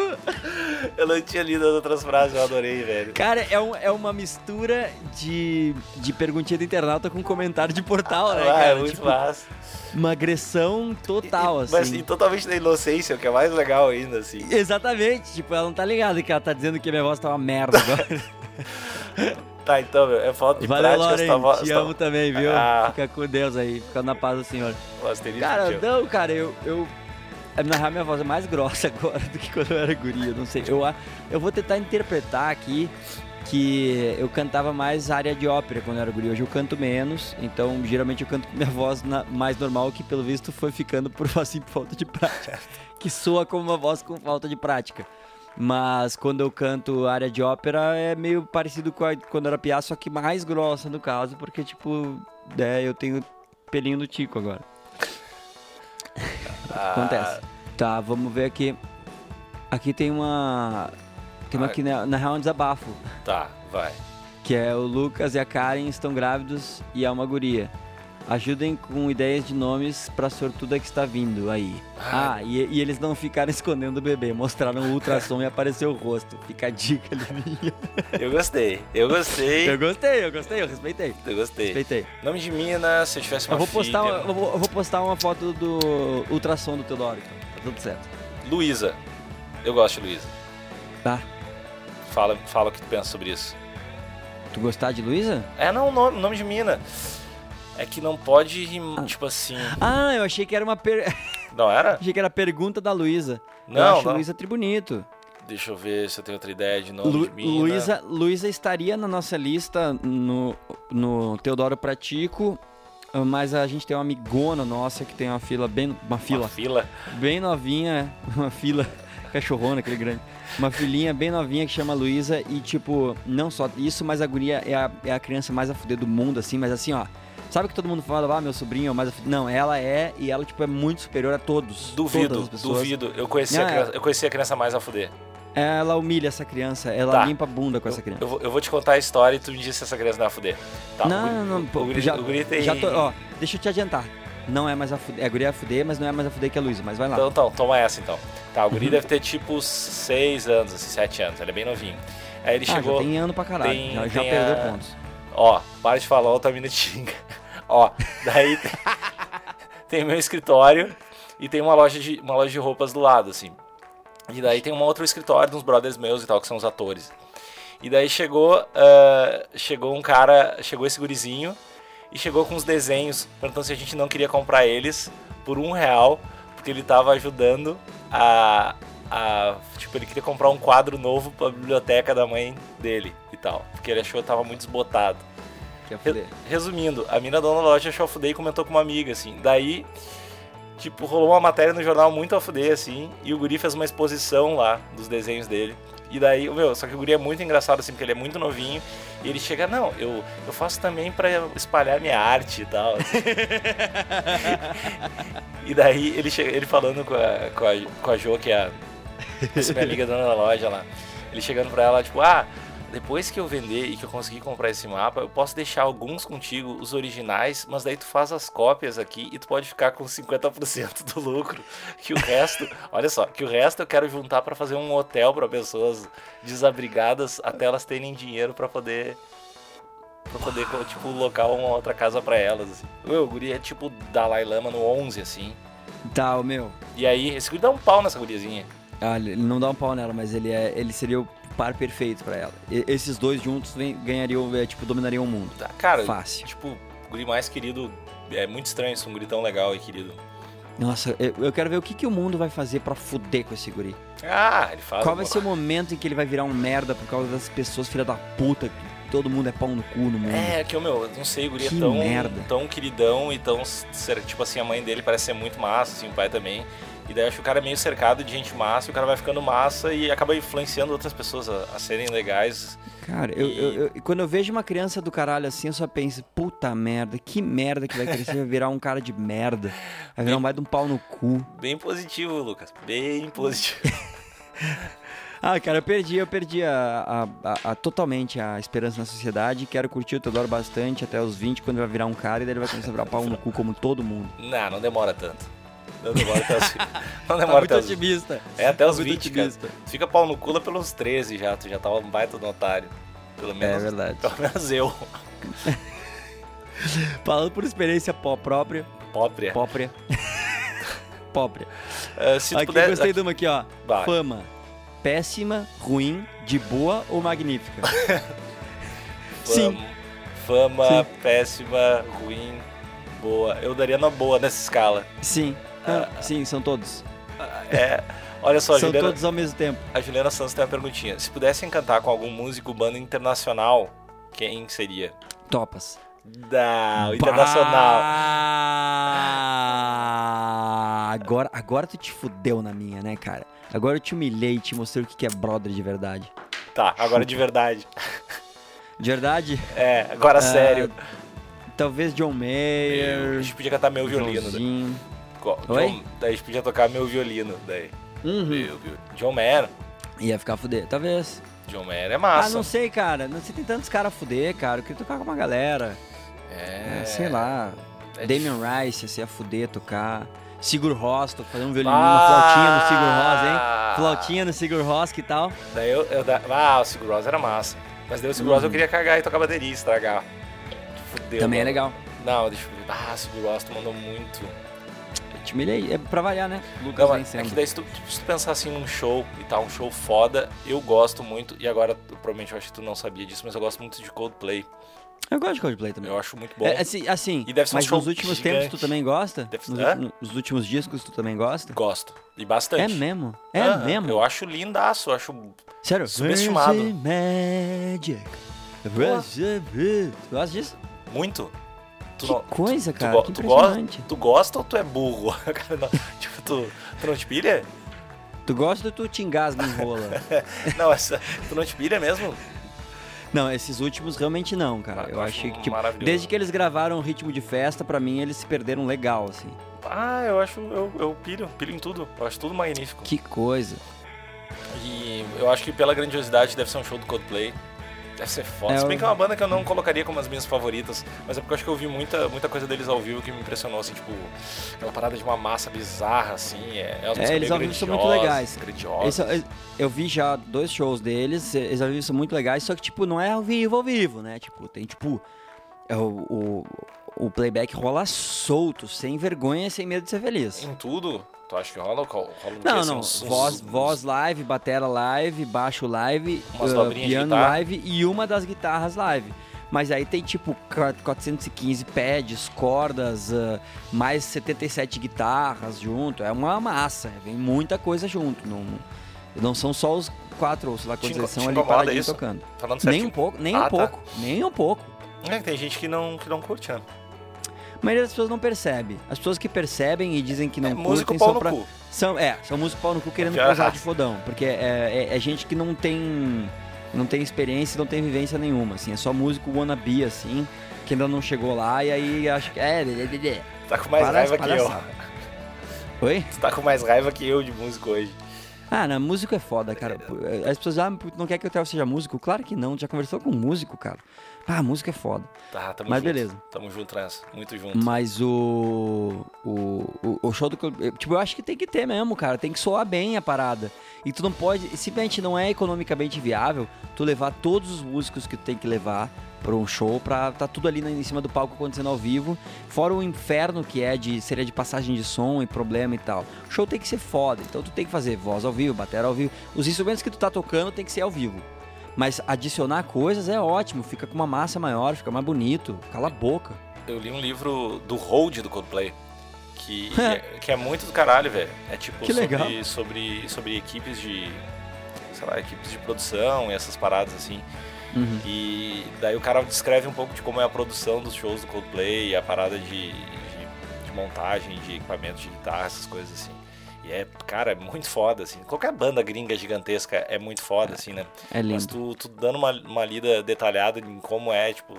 B: Eu não tinha lido as outras frases, eu adorei, velho.
A: Cara, é, um- é uma mistura de, de perguntinha do internauta com comentário de portal, né?
B: Ah,
A: Cara?
B: é muito
A: Tipo,
B: massa.
A: uma agressão total, assim.
B: Mas e totalmente na inocência, o que é mais legal ainda, assim.
A: Exatamente, tipo, ela não tá ligada que ela tá dizendo que minha voz tá uma merda agora.
B: Tá, então, meu, é falta de
A: Valeu,
B: prática
A: Lauren,
B: essa voz. tá
A: te amo também, viu?
B: Ah.
A: Fica com Deus aí, fica na paz do Senhor.
B: Asterisco,
A: Cara,
B: tio.
A: não, cara, eu... eu... Na real, minha voz é mais grossa agora do que quando eu era guria, não sei. Eu, a- eu vou tentar interpretar aqui que eu cantava mais área de ópera quando eu era guria. Hoje eu canto menos, então geralmente eu canto com minha voz na- mais normal, que pelo visto foi ficando por assim, por falta de prática. que soa como uma voz com falta de prática. Mas quando eu canto área de ópera é meio parecido com a, quando eu era piá, só que mais grossa no caso, porque tipo, é, eu tenho pelinho do tico agora.
B: Ah,
A: Acontece. Tá, vamos ver aqui. Aqui tem uma. Tem uma
B: Ah.
A: que na, na real é um desabafo.
B: Tá, vai.
A: Que é o Lucas e a Karen estão grávidos e há uma guria. Ajudem com ideias de nomes pra sortuda que está vindo aí. Ah, e, e eles não ficaram escondendo o bebê. Mostraram o ultrassom e apareceu o rosto. Fica a dica ali.
B: Eu gostei, eu gostei,
A: Eu
B: eu,
A: gostei, eu gostei, eu respeitei.
B: gostei.
A: Respeitei.
B: Nome de mina, se eu tivesse uma
A: Eu vou
B: filha...
A: postar, eu vou, eu vou postar uma foto do ultrassom do Teodoro. então. Tá tudo certo.
B: Luísa. Eu gosto de Luísa.
A: Tá.
B: Fala, fala o que tu pensa sobre isso.
A: Tu gostar de Luísa?
B: É, não, nome, nome de mina. É que não pode rimar, tipo assim...
A: Ah, eu achei que era uma per...
B: Não era?
A: achei que era a pergunta da Luísa. Eu
B: Não,
A: acho
B: não.
A: Luísa tribunito.
B: Deixa eu ver se eu tenho outra ideia de nome
A: Lu-
B: de né? mina.
A: Luísa Luísa estaria na nossa lista no, no Teodoro Pratico, mas a gente tem uma amigona nossa que tem uma fila bem uma
B: Uma
A: fila
B: fila.
A: bem novinha, uma fila cachorrona aquele grande. Uma filhinha bem novinha que chama Luísa e tipo, não só isso, mas a guria é a, é a criança mais a fuder do mundo assim, mas assim, ó, Sabe que todo mundo fala, ah, meu sobrinho é o mais... a fuder." Não, ela é, e ela, tipo, é muito superior a todos. todas
B: Duvido,
A: as pessoas.
B: duvido. Eu conheci,
A: Não,
B: a
A: é-
B: criança, eu conheci a criança mais a fuder.
A: Ela humilha essa criança, ela
B: Tá.
A: limpa a bunda com essa
B: Eu,
A: criança.
B: eu vou- eu vou te contar a história e tu me diz se essa criança não é a fuder. Tá, o
A: não,
B: guri-
A: não, não,
B: o
A: pô,
B: guri-
A: já,
B: o guri tem-
A: já tô, ó, deixa eu te adiantar. Não é mais a fuder, é a guria é a fuder, mas não é mais a fuder que a Luísa, mas vai lá. Uhum.
B: Então, então, toma essa então. Tá, o guri deve ter tipo 6 anos, assim, 7 anos, ele é bem novinho. Aí ele
A: ah,
B: chegou,
A: já tem ano pra caralho,
B: tem-
A: já, já
B: tem
A: perdeu
B: a-
A: pontos.
B: ó, para de falar, outra mina te xinga. Ó, daí tem, tem meu escritório e tem uma loja, de, uma loja de roupas do lado, assim. E daí tem um outro escritório de uns brothers meus e tal, que são os atores. E daí chegou, ah, chegou um cara, chegou esse gurizinho e chegou com uns desenhos perguntando se a gente não queria comprar eles por um real, porque ele tava ajudando a, a- Tipo, ele queria comprar um quadro novo pra biblioteca da mãe dele e tal, porque ele achou que tava muito desbotado.
A: Que é a fuder.
B: Re- Resumindo, a mina dona da loja achou a fuder e comentou com uma amiga, assim. Daí, tipo, rolou uma matéria no jornal muito a fuder, assim, e o guri fez uma exposição lá dos desenhos dele. E daí, meu, só que o guri é muito engraçado, assim, porque ele é muito novinho. E ele chega, não, eu, eu faço também pra espalhar minha arte e tal. assim. e daí ele, chega, ele falando com a, com, a, com a Jo, que é a, essa minha amiga dona da loja lá. Ele chegando pra ela, tipo, ah, depois que eu vender e que eu conseguir comprar esse mapa, eu posso deixar alguns contigo, os originais, mas daí tu faz as cópias aqui e tu pode ficar com 50% do lucro. Que o resto, olha só, que o resto eu quero juntar pra fazer um hotel pra pessoas desabrigadas até elas terem dinheiro pra poder Pra poder, co- tipo, locar uma outra casa pra elas, assim. Meu, o guri é tipo Dalai Lama no 11, assim.
A: Tá, o meu.
B: E aí, esse guri dá um pau nessa guriazinha.
A: Olha, ele não dá um pau nela, mas ele, é, ele seria o par perfeito pra ela. E- esses dois juntos vem- ganhariam, é, tipo, dominariam o mundo.
B: Tá, cara,
A: Fácil.
B: tipo, o guri mais querido. É muito estranho isso, um guri tão legal e querido.
A: Nossa, eu, eu quero ver o que, que o mundo vai fazer pra fuder com esse guri.
B: Ah, ele fala.
A: Qual vai ser o momento em que ele vai virar um merda por causa das pessoas filha da puta, que todo mundo é pau no cu no mundo.
B: É, que o meu, eu não sei, o guri
A: Que
B: é tão,
A: merda.
B: tão queridão e tão. ser- Tipo assim, a mãe dele parece ser muito massa, assim, o pai também. E daí eu acho que o cara é meio cercado de gente massa, e o cara vai ficando massa e acaba influenciando outras pessoas a, a serem legais.
A: Cara, eu, eu- eu- e quando eu vejo uma criança do caralho assim, eu só penso, puta merda, que merda que vai crescer, vai virar um cara de merda. Vai virar um baita de um pau no cu.
B: Bem positivo, Lucas.
A: Hum.
B: Bem positivo.
A: Ah, cara, eu perdi, eu perdi a, a- a- a- totalmente a esperança na sociedade. Quero curtir o Teodoro bastante até os 20, quando ele vai virar um cara, e daí ele vai começar a virar pau no cu como todo mundo.
B: não, não demora tanto. Não demora até os. Não
A: Tá
B: demora
A: muito
B: até os.
A: otimista. tá
B: É até os
A: Muito
B: 20, cara.
A: otimista.
B: Tu Fica pau no cula pelos 13 já, tu já tava um baita do otário. Pelo
A: É
B: menos,
A: verdade.
B: pelo menos eu.
A: Falando por experiência pó própria,
B: Pobre.
A: própria. própria.
B: Ah, se tu
A: aqui
B: puder.
A: eu gostei de uma aqui, ó.
B: Vai.
A: Fama. Péssima, ruim, de boa ou magnífica? Sim.
B: Fama, fama, péssima, ruim, boa. Eu daria na boa nessa escala.
A: Sim. Não, sim, são todos.
B: É. Olha só, a
A: são
B: Juliana,
A: todos ao mesmo tempo.
B: a Juliana Santos tem uma perguntinha. Se pudessem cantar com algum músico banda internacional, quem seria?
A: Topas.
B: Não, internacional.
A: Bah! Agora, agora tu te fudeu na minha, né, cara? Agora eu te humilhei e te mostrei o que que é brother de verdade.
B: Tá, agora de verdade.
A: De verdade,
B: É,
A: Ah,
B: agora sério.
A: talvez John
B: A
A: Mayer.
B: gente podia cantar meu violino. né?
A: Joãozinho.
B: Co-
A: Oi?
B: John- daí a gente podia tocar meu violino. Daí.
A: Uhum.
B: Meu violino. John Mayer.
A: Ia ficar fuder. Talvez.
B: John Mayer é
A: Ah,
B: massa.
A: não sei, cara. Não sei, tem tantos caras a fuder, cara. Eu queria tocar com uma galera.
B: é,
A: É, sei lá.
B: É
A: Damien Rice, assim, a fuder, tocar. Sigur Rós, tô fazendo um violininho, uma flautinha no Sigur Rós, hein?
B: Ah!
A: Flautinha no Sigur Rós, que tal?
B: Daí eu, eu da- Ah, o Sigur Rós era massa. Mas daí o Sigur Rós eu queria cagar e tocar bateria e estragar. Fudeu.
A: Uhum. Também é
B: mano.
A: legal.
B: Não, deixa eu ver. Ah, o Sigur Rós tu mandou muito.
A: Eu te humilhei. É pra variar, né? Lucas
B: Não,
A: vem
B: mas é que daí se tu, se tu pensar assim num show e tal, um show foda, eu gosto muito. E agora, tu- provavelmente eu acho que tu não sabia disso, mas eu gosto muito de Coldplay.
A: Eu gosto de Coldplay também.
B: Eu acho muito bom.
A: É, assim, assim,
B: E deve ser um
A: mas
B: show
A: nos últimos
B: gigante.
A: tempos tu também gosta?
B: Deve-
A: Nos,
B: Hã?
A: ulti- nos últimos discos tu também gosta?
B: Gosto. E bastante.
A: É mesmo? É
B: Aham,
A: mesmo?
B: Eu acho lindaço, eu acho.
A: Sério?
B: Subestimado.
A: Virgin Magic. Virgin- Tu gosta disso?
B: Muito. Tu
A: que
B: não-
A: coisa,
B: tu
A: cara.
B: go-
A: que
B: tu gosta-
A: impressionante.
B: Tu gosta ou tu é burro? Cara, não, tipo, tu, tu não te pilha?
A: Tu gosta ou tu te engasga em rola?
B: Não, essa, tu não te pilha mesmo?
A: Não, esses últimos realmente não, cara.
B: Ah,
A: Eu
B: eu
A: achei
B: acho
A: que, tipo,
B: maravilhoso.
A: desde que eles gravaram o ritmo de festa, pra mim eles se perderam legal, assim.
B: Ah, eu acho, eu, eu pilho, pilho em tudo. Eu acho tudo magnífico.
A: Que coisa.
B: E eu acho que pela grandiosidade deve ser um show do Coldplay. Deve ser foda.
A: É,
B: Se bem
A: eu-
B: que é uma banda que eu não colocaria como as minhas favoritas, mas é porque eu acho que eu vi muita, muita coisa deles ao vivo que me impressionou, assim, tipo, aquela parada de uma massa bizarra, assim. É, umas
A: É,
B: músicas
A: eles
B: meio
A: ao vivo são muito
B: grandiosas,
A: legais.
B: grandiosas.
A: Esse- é eu- eu vi já dois shows deles, eles ao vivo são muito legais, só que, tipo, não é ao vivo, ao vivo, né? Tipo, tem, tipo, é o, o, o playback rola solto, sem vergonha, sem medo de ser feliz.
B: Em tudo, tu acha que rola, rola o quê?
A: Não,
B: Assim,
A: não.
B: uns- uns-
A: Voz,
B: uns-
A: voz live, batera live, baixo live,
B: Umas
A: ah,
B: dobrinhas de
A: piano
B: guitarra.
A: live e uma das guitarras live. Mas aí tem tipo qua- 415 pads, cordas, ah, mais 77 guitarras junto. É uma massa, vem muita coisa junto. Não, não são só os quatro ou sei lá
B: Te
A: quantos
B: inco-
A: eles são
B: te
A: ali
B: incomoda
A: paradinhos
B: isso?
A: tocando.
B: Falando
A: Nem
B: certinho.
A: um pouco, nem
B: Ah,
A: um
B: tá.
A: pouco, nem um pouco.
B: É, tem gente que não, que não curte, né?
A: A maioria das pessoas não percebe. As pessoas que percebem e dizem que não
B: é músico
A: curtem
B: pau
A: são
B: no
A: pra,
B: cu.
A: São, é, são músicos pau no cu querendo
B: Pior
A: casar de
B: raça.
A: fodão. Porque é, é- é gente que não tem. Não tem experiência, não tem vivência nenhuma, assim. É só músico wannabe, assim, que ainda não chegou lá e aí acho que. É, dê, dê, dê.
B: Tá com mais
A: Para
B: raiva
A: as
B: que eu.
A: palhaçadas. Oi?
B: Tu tá com mais raiva que eu de músico hoje.
A: Ah, na músico é foda, cara. As pessoas, ah, puto, não quer que o Theo seja músico? Claro que não, já conversou com um músico, cara. Ah, músico é foda.
B: Tá, tamo
A: Mas
B: junto.
A: beleza.
B: Tamo junto, trans. Muito junto.
A: Mas o, o, o- o show do clube. Tipo, eu acho que tem que ter mesmo, cara. Tem que soar bem a parada. E tu não pode. Simplesmente não é economicamente viável tu levar todos os músicos que tu tem que levar pra um show pra tá tudo ali na- em cima do palco acontecendo ao vivo. Fora o inferno que é de seria de passagem de som e problema e tal. O show tem que ser foda. Então tu tem que fazer voz ao vivo, batera ao vivo. Os instrumentos que tu tá tocando tem que ser ao vivo. Mas adicionar coisas é ótimo, fica com uma massa maior, fica mais bonito, cala a boca.
B: Eu li um livro do Hold do Coldplay. Que, que é, que é muito do caralho, velho. É tipo
A: Que
B: sobre,
A: legal.
B: sobre sobre equipes de. Sei lá, equipes de produção e essas paradas assim.
A: Uhum.
B: E daí o cara descreve um pouco de como é a produção dos shows do Coldplay, a parada de, de, de montagem, de equipamento de guitarra, essas coisas assim. E é, cara, é muito foda, assim. Qualquer banda gringa gigantesca é muito foda, assim, né?
A: É lindo.
B: Mas tu, tu dando uma, uma lida detalhada em como é, tipo.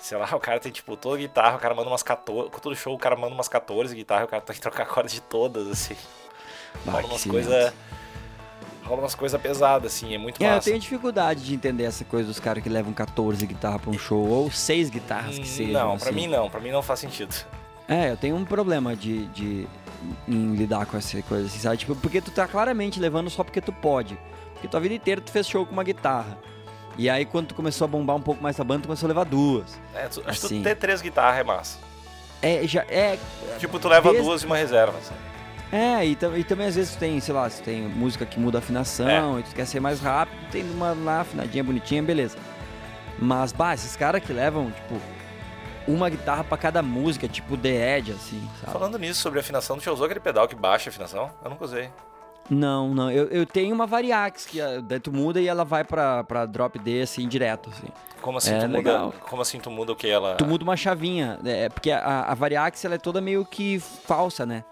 B: Sei lá, o cara tem, tipo, toda guitarra, o cara manda umas 14. com Todo show o cara manda umas 14 guitarras, o cara tem que trocar a corda de todas, assim.
A: Bah,
B: rola
A: que
B: umas
A: silêncio.
B: coisas. Rola umas coisas pesadas, assim, é muito
A: É, eu
B: massa.
A: tenho dificuldade de entender essa coisa dos caras que levam 14 guitarras pra um show, ou 6 guitarras que sejam.
B: Hum, não, pra
A: assim.
B: mim não, pra mim não faz sentido.
A: É, eu tenho um problema de, de em lidar com essa coisa, assim, sabe? Tipo, porque tu tá claramente levando só porque tu pode. Porque tua vida inteira tu fez show com uma guitarra. E aí quando tu começou a bombar um pouco mais a banda, tu começou a levar duas.
B: É, tu, acho que
A: Assim.
B: tu ter três guitarras é massa.
A: É, já, é,
B: Tipo, tu leva
A: Desde-
B: duas e uma reserva. assim.
A: É, e, tam- e também às vezes tu tem, sei lá, se tem música que muda a afinação e tu quer ser mais rápido, tem uma lá afinadinha bonitinha, beleza. Mas, bah, esses caras que levam, tipo, uma guitarra pra cada música, tipo The Edge, assim, sabe?
B: Falando nisso, sobre afinação, tu já usou aquele pedal que baixa a afinação? Eu nunca usei.
A: Não, não, eu, eu tenho uma Variax que a, daí tu muda e ela vai pra, pra drop D, assim, direto, assim.
B: Como assim,
A: É,
B: tu,
A: legal.
B: muda, como assim tu muda o que ela.
A: Tu muda uma chavinha, é, porque a, a Variax ela é toda meio que falsa, né?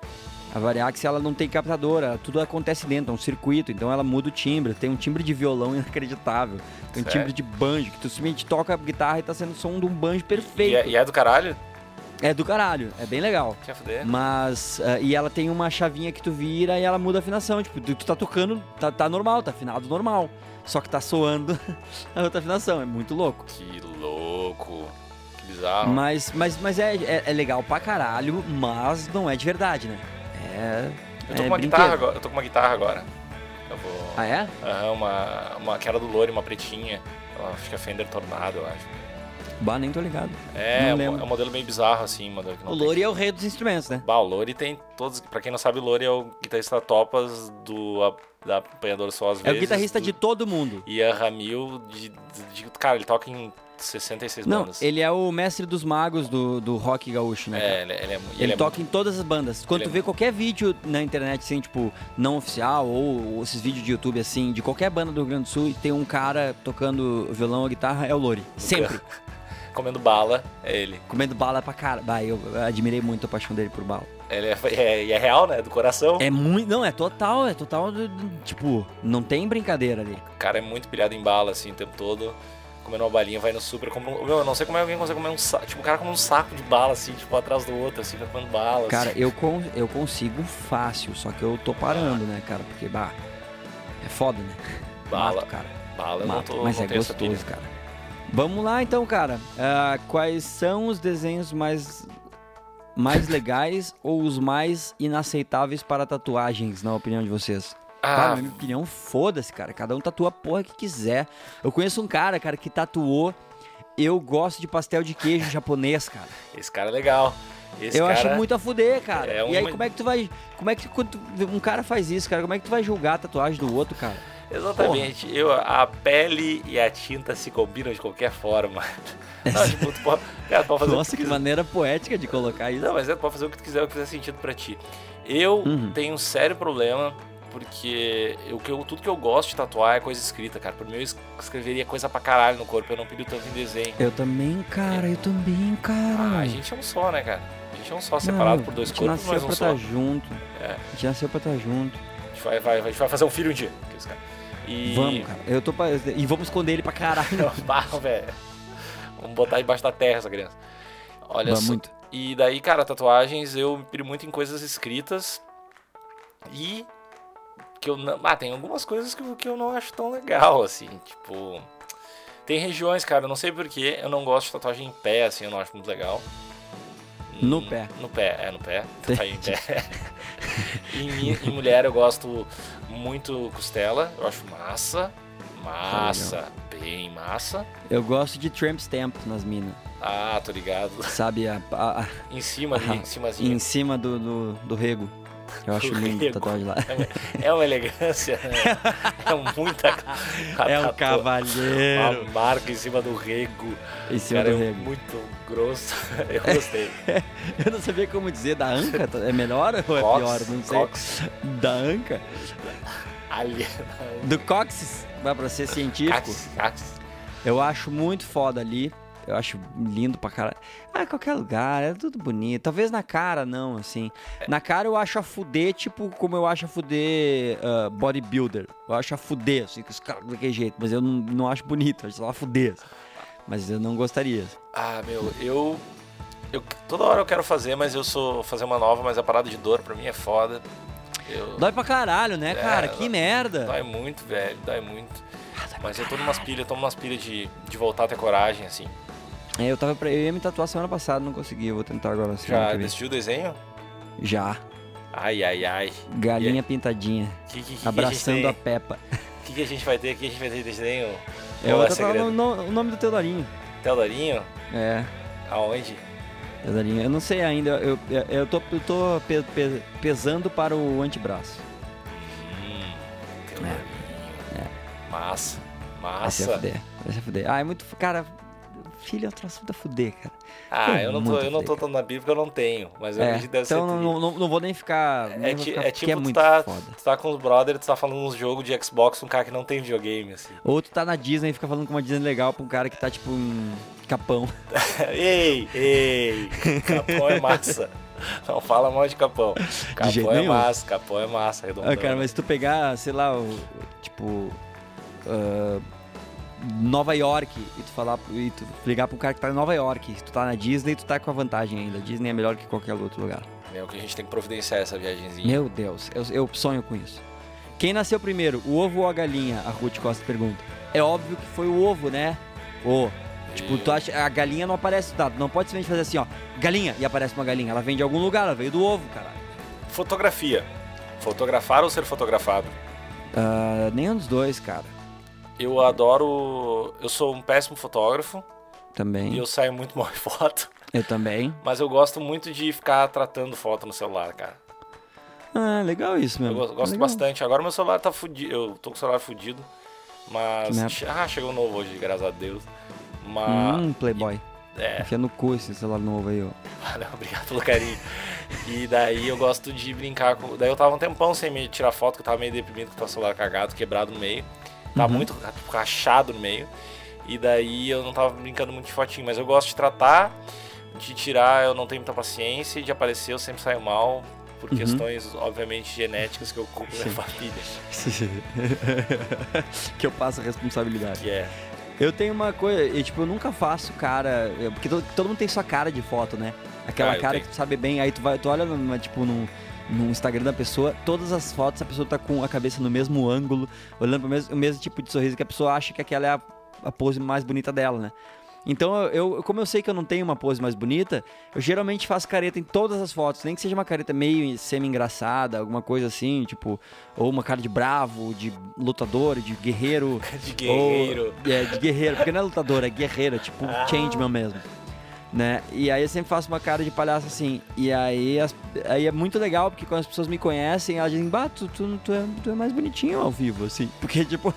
A: A Variax ela não tem captadora, tudo acontece dentro, é um circuito, então ela muda o timbre, tem um timbre de violão inacreditável, tem um
B: Sério?
A: timbre de banjo, que tu simplesmente toca a guitarra e tá sendo o som de um banjo
B: E é,
A: perfeito.
B: e é do caralho?
A: É do caralho, é bem legal.
B: Quer fuder?
A: Mas, ah, e ela tem uma chavinha que tu vira e ela muda a afinação. Tipo, tu, tu tá tocando, tá, tá normal, tá afinado normal. Só que tá soando a outra afinação. É muito louco.
B: Que louco. Que bizarro.
A: Mas, mas, mas é, é, é legal pra caralho, mas não é de verdade, né? É.
B: eu tô
A: é
B: com uma
A: brinquedo.
B: guitarra agora. Eu tô com uma guitarra agora. Eu vou.
A: Ah, é?
B: Aham, uma, uma. Que era do Lore, uma pretinha. Ela acho que é Fender Tornado, eu acho.
A: Bah, nem tô ligado. Não
B: É, é um,
A: lembro.
B: é um modelo meio bizarro, assim, um modelo que não
A: O
B: tem-
A: Lori é o rei dos instrumentos, né?
B: Bah, o Lori tem todos. Pra quem não sabe, o Lori é o guitarrista topas do a- da apanhador só às
A: É
B: vezes.
A: o guitarrista
B: do
A: de todo mundo.
B: Ian Ramil de, de- de- Cara, ele toca em 66
A: Não,
B: bandas.
A: ele é o mestre dos magos do, do rock gaúcho, né? cara?
B: É, ele, ele é mu-
A: Ele,
B: ele é
A: toca em todas as bandas. Quando
B: ele
A: tu
B: é
A: vê qualquer vídeo na internet, assim, tipo, não oficial, ou, ou esses vídeos de YouTube, assim, de qualquer banda do Rio Grande do Sul, e tem um cara tocando violão ou guitarra, é o Lori. Sempre.
B: muito- comendo bala, é ele.
A: Comendo bala pra cara. Bah, eu admirei muito a paixão dele por bala.
B: Ele é, é, e é real, né? Do coração.
A: É muito. Não, é total, é total. do- do- Tipo, não tem brincadeira ali.
B: O cara é muito pilhado em bala, assim, o tempo todo. Comendo uma balinha, vai no super, como um... Meu, eu não sei como é que alguém consegue comer um saco. Tipo, o cara come um saco de bala, assim, tipo, atrás do outro, assim, vai comendo bala.
A: Cara,
B: assim.
A: eu, con- eu consigo fácil, só que eu tô parando, né, cara? Porque, bah. É foda, né?
B: Bala.
A: Mato, cara.
B: Bala, eu
A: mato,
B: não tô,
A: mas
B: não
A: é
B: tenho essa pilha.
A: gostoso, cara. Vamos lá então, cara. Ah, quais são os desenhos mais. Mais legais ou os mais inaceitáveis para tatuagens, na opinião de vocês? Tá,
B: Ah,
A: na minha opinião, foda-se, cara. Cada um tatua a porra que quiser. Eu conheço um cara, cara, que tatuou. Eu gosto de pastel de queijo japonês, cara.
B: esse cara é legal. Esse
A: eu
B: cara...
A: acho muito a fuder, cara.
B: é
A: E aí,
B: uma-
A: como é que tu vai. Como é que quando tu- um cara faz isso, cara? Como é que tu vai julgar a tatuagem do outro, cara?
B: Exatamente. Eu, a pele e a tinta se combinam de qualquer forma. Não, tipo, tu pode, cara, tu pode fazer o
A: Nossa,
B: que
A: que
B: quiser.
A: maneira poética de colocar isso.
B: Não, mas é, tu pode fazer o que tu quiser, o que fizer sentido pra ti. Eu
A: Uhum.
B: tenho um sério problema, porque eu, que eu- tudo que eu gosto de tatuar é coisa escrita, cara. Por mim eu es- escreveria coisa pra caralho no corpo, eu não pilho tanto em desenho.
A: Eu também, cara. Eu também, cara.
B: Ah, a gente é um só, né, cara? A gente é um só, tá separado por dois
A: a gente
B: corpos,
A: nasceu
B: mas um
A: pra
B: só.
A: estar junto.
B: É,
A: A gente nasceu pra estar junto.
B: A gente vai, vai- a gente vai fazer um filho um dia. Aqueles caras. E...
A: Vamos, cara. Eu tô pra... E vamos esconder ele pra caralho.
B: Barro, velho. Vamos botar debaixo da terra essa criança. Olha
A: Bah,
B: só.
A: muito.
B: E daí, cara, tatuagens eu me piro muito em coisas escritas. E que eu não. Ah, tem algumas coisas que, eu- que eu não acho tão legal, assim. Tipo. Tem regiões, cara, eu não sei porquê, eu não gosto de tatuagem em pé, assim, eu não acho muito legal.
A: No
B: Hum,
A: pé.
B: No pé, é, no pé. Tatuagem em pé. em, mi- em mulher eu gosto muito costela, eu acho massa. Massa, bem massa.
A: Eu gosto de tramp stamp nas minas.
B: Ah, tô ligado.
A: Sabe, a- a- a-
B: Em cima ali,
A: Ah,
B: em cimazinho.
A: em cima do, do, do rego. Eu acho
B: Do
A: lindo a
B: rego.
A: tatuagem lá.
B: É uma elegância, né? É muita.
A: É um
B: Tatu-
A: cavalheiro.
B: Uma marca em cima do rego.
A: Em cima
B: cara,
A: do
B: é
A: rego.
B: muito grosso. Eu gostei.
A: Eu não sabia como dizer da anca. É melhor ou é
B: Cox,
A: pior? Não sei.
B: Cox,
A: Da anca?
B: ali.
A: Do cóccix, vai pra ser científico.
B: Cax, cax.
A: Eu acho muito foda ali. Eu acho lindo pra caralho. Ah, qualquer lugar, é tudo bonito. Talvez na cara, não, assim. Na cara eu acho a fuder, tipo, como eu acho a fuder ah, bodybuilder. Eu acho a fuder, assim, que os caras daquele jeito. Mas eu não, não acho bonito, eu acho só a fuder. assim. Mas eu não gostaria.
B: Ah, meu, eu, eu. Toda hora eu quero fazer, mas eu sou. Fazer uma nova, mas a parada de dor pra mim é foda. Eu,
A: Dói pra caralho, né, cara? que
B: É, dói-
A: merda.
B: dói muito, velho, dói muito.
A: Ah, dói pra
B: Mas eu tô numas pilhas, tô numas pilhas de, de voltar a ter coragem, assim.
A: É, eu tava pra... Eu ia me tatuar semana passada, não consegui. Eu vou tentar agora. semana
B: Já
A: que vem.
B: decidiu o desenho?
A: Já.
B: Ai, ai, ai.
A: Galinha pintadinha.
B: Que, que, que
A: abraçando
B: que
A: a
B: a
A: Peppa.
B: O que, que a gente vai ter? O que a gente vai ter de desenho?
A: Eu
B: Ou
A: vou
B: é
A: tatuar
B: segredo?
A: o no- o nome do Teodorinho.
B: Teodorinho?
A: É.
B: Aonde?
A: Pesadinha. Eu não sei ainda, eu, eu, eu tô, eu tô pe- pe- pesando para o antebraço.
B: Hum, Teodorinho.
A: é,
B: Massa,
A: Vai se
B: massa.
A: fuder, vai se fuder. Ah, é muito. f- Cara, filho é um traço da fuder, cara.
B: Ah,
A: É
B: eu não, tô,
A: muito
B: eu não tô
A: foda.
B: tão na Bíblia porque eu não tenho, mas eu
A: É,
B: acredito que deve
A: então
B: ser.
A: não,
B: tri.
A: não, não- não vou nem ficar.
B: É,
A: Nem vou
B: ti-
A: ficar
B: é
A: porque
B: tipo,
A: é
B: tu,
A: muito
B: tá,
A: foda.
B: tu tá com os brothers, tu tá falando uns jogos de Xbox com um cara que não tem videogame, assim.
A: Ou tu tá na Disney e fica falando com uma Disney legal pra um cara que tá tipo um capão.
B: ei, ei, Capão é massa. Não fala mal de Capão. Capão
A: jeito
B: é
A: nenhum.
B: massa, Capão é massa, redondão.
A: Ah, cara, mas se tu pegar, sei lá, o, tipo. ah, Nova York e tu falar e tu ligar pra um cara que tá em Nova York, se tu tá na Disney, tu tá com a vantagem ainda. Disney é melhor que qualquer outro lugar.
B: Meu, que a gente tem que providenciar essa viagenzinha.
A: Meu Deus, eu, eu sonho com isso. Quem nasceu primeiro, o ovo ou a galinha? A Ruth Costa pergunta. É óbvio que foi o ovo, né? O. Tipo, tu acha, a galinha não aparece do nada. Não pode simplesmente fazer assim, ó. Galinha, e aparece uma galinha. Ela vem de algum lugar, ela veio do ovo, caralho.
B: Fotografia. Fotografar ou ser fotografado?
A: Ah, nenhum dos dois, cara.
B: Eu adoro. Eu sou um péssimo fotógrafo e
A: Também. Eu,
B: eu saio muito mal em foto.
A: também.
B: Mas eu gosto muito de ficar tratando foto no celular, cara.
A: Ah, legal isso
B: Eu
A: mesmo.
B: gosto, gosto
A: Legal.
B: bastante. Agora meu celular tá fudido. Eu tô com o celular fudido.
A: Que merda.
B: Mas. Ah, chegou novo hoje, graças a Deus. Mas.
A: Hum, playboy.
B: Ah, É.
A: Enfia no cu esse celular novo aí, ó.
B: Valeu, Ah, obrigado pelo carinho. E daí eu gosto de brincar com. Daí eu tava um tempão sem me tirar foto, que eu tava meio deprimido com o celular cagado, quebrado no meio. Tava
A: Uhum.
B: muito ra- tipo, rachado no meio. E daí eu não tava brincando muito de fotinho, mas eu gosto de tratar, de tirar, eu não tenho muita paciência, e de aparecer eu sempre saio mal, por
A: Uhum.
B: questões, obviamente, genéticas que eu culpo na
A: Sim.
B: família.
A: que eu passo a responsabilidade.
B: Que é.
A: Eu tenho uma coisa, eu, tipo, eu nunca faço cara. eu- Porque todo, todo mundo tem sua cara de foto, né? Aquela
B: Ah, eu
A: cara
B: tenho.
A: que tu sabe bem, aí tu vai, tu olha numa, tipo, num, num Instagram da pessoa, todas as fotos a pessoa tá com a cabeça no mesmo ângulo, olhando pro mesmo, o mesmo tipo de sorriso que a pessoa acha que aquela é a, a pose mais bonita dela, né? Então, eu, eu- como eu sei que eu não tenho uma pose mais bonita, eu geralmente faço careta em todas as fotos, nem que seja uma careta meio semi-engraçada, alguma coisa assim, tipo, ou uma cara de bravo, de lutador, de guerreiro.
B: De guerreiro.
A: Ou- é, de guerreiro, porque não é lutadora, é guerreira, tipo
B: Ah.
A: Changeman mesmo. Né? E aí eu sempre faço uma cara de palhaço assim. E aí, as- aí é muito legal, porque quando as pessoas me conhecem, elas dizem, bah, tu, tu, tu, é, tu é mais bonitinho ao vivo, assim. Porque, tipo,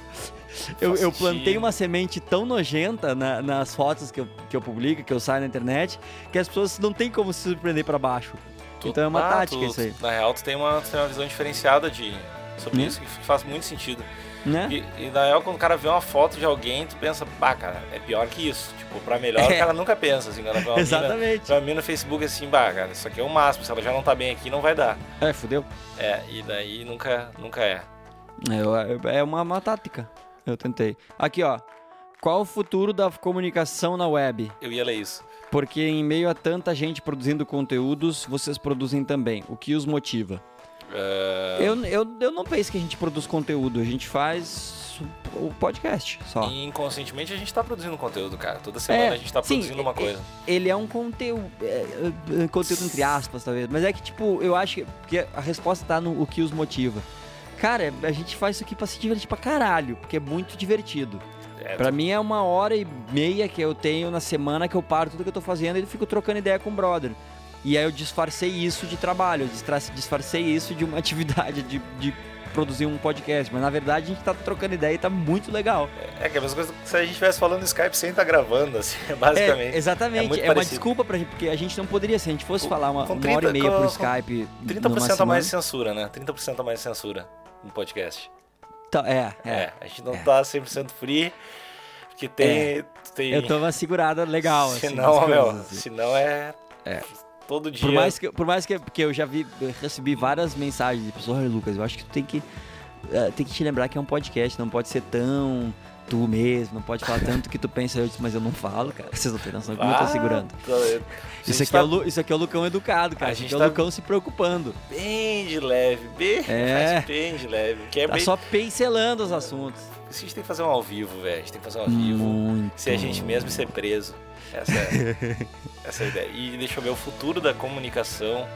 A: eu, eu
B: sentido.
A: plantei uma semente tão nojenta na- nas fotos que eu, que eu publico, que eu saio na internet, que as pessoas não tem como se surpreender pra baixo.
B: Tu-
A: então é uma
B: ah,
A: tática
B: tu-
A: isso aí.
B: Na real, tu tem uma, tu tem uma visão diferenciada de, sobre
A: Né?
B: isso, que faz muito sentido.
A: Né?
B: E, e na real, quando o cara vê uma foto de alguém, tu pensa, pá, cara, é pior que isso. Tipo, pra melhor, o cara nunca pensa, assim, quando ela vê uma mina,
A: É. Exatamente.
B: vê uma mina no Facebook, assim, bah, cara, isso aqui é o máximo, se ela já não tá bem aqui, não vai dar.
A: É, fudeu.
B: É, e daí nunca, nunca é.
A: É, eu- É uma, uma tática. Eu tentei. Aqui, ó. Qual o futuro da comunicação na web?
B: Eu ia ler isso.
A: Porque em meio a tanta gente produzindo conteúdos, vocês produzem também. O que os motiva? Eu, eu, eu não penso que a gente produz conteúdo, a gente faz o podcast só.
B: E inconscientemente a gente tá produzindo conteúdo, cara. Toda semana a gente tá
A: sim,
B: produzindo uma
A: é-
B: coisa.
A: Ele é um conteúdo. é, é, conteúdo entre aspas, talvez. Mas é que, tipo, eu acho que porque a resposta tá no o que os motiva. Cara, a gente faz isso aqui pra se divertir pra caralho, porque é muito divertido.
B: É,
A: Pra mim é uma hora e meia que eu tenho na semana que eu paro tudo que eu tô fazendo e fico trocando ideia com o brother. E aí eu disfarcei isso de trabalho, eu distra- disfarcei isso de uma atividade, de, de produzir um podcast. Mas na verdade a gente tá trocando ideia e tá muito legal.
B: é que a mesma coisa que se a gente estivesse falando no Skype sem tá gravando, assim, basicamente.
A: É,
B: É
A: exatamente.
B: muito
A: É, uma
B: parecido.
A: desculpa pra gente, porque a gente não poderia, se a gente fosse
B: Com-
A: falar uma,
B: com
A: uma
B: 30
A: hora e meia
B: com-
A: por
B: com
A: Skype.
B: 30%
A: numa
B: a mais
A: semana-
B: censura, né? 30% a mais censura no podcast.
A: Tá, é,
B: É,
A: é.
B: a gente não
A: é.
B: tá 100% free, porque tem... tem
A: Eu tô uma segurada legal. assim,
B: Senão,
A: nas
B: É. meu,
A: coisas, assim.
B: senão é...
A: É.
B: Todo dia...
A: Por mais que, por mais que, que eu já vi, eu recebi várias mensagens de pessoas, olha Lucas, eu acho que tu tem que, eh, tem que te lembrar que é um podcast, não pode ser tão tu mesmo, não pode falar tanto que tu pensa, eu disse, mas eu não falo, cara, vocês não têm noção como eu tô
B: Ah,
A: segurando.
B: tá, eu- a
A: Isso
B: gente
A: aqui,
B: tá
A: é o, Lu- isso aqui é o Lucão educado, cara,
B: A
A: isso aqui
B: gente
A: é o
B: tá-
A: Lucão se preocupando,
B: bem de leve, bem,
A: É.
B: mas bem de leve. Que é
A: tá
B: bem...
A: só pincelando os assuntos.
B: Isso a gente tem que fazer um ao vivo, velho. A gente tem que fazer um ao vivo.
A: Hum.
B: Se a gente mesmo ser preso. Essa é, essa é a ideia. E deixa eu ver o futuro da comunicação.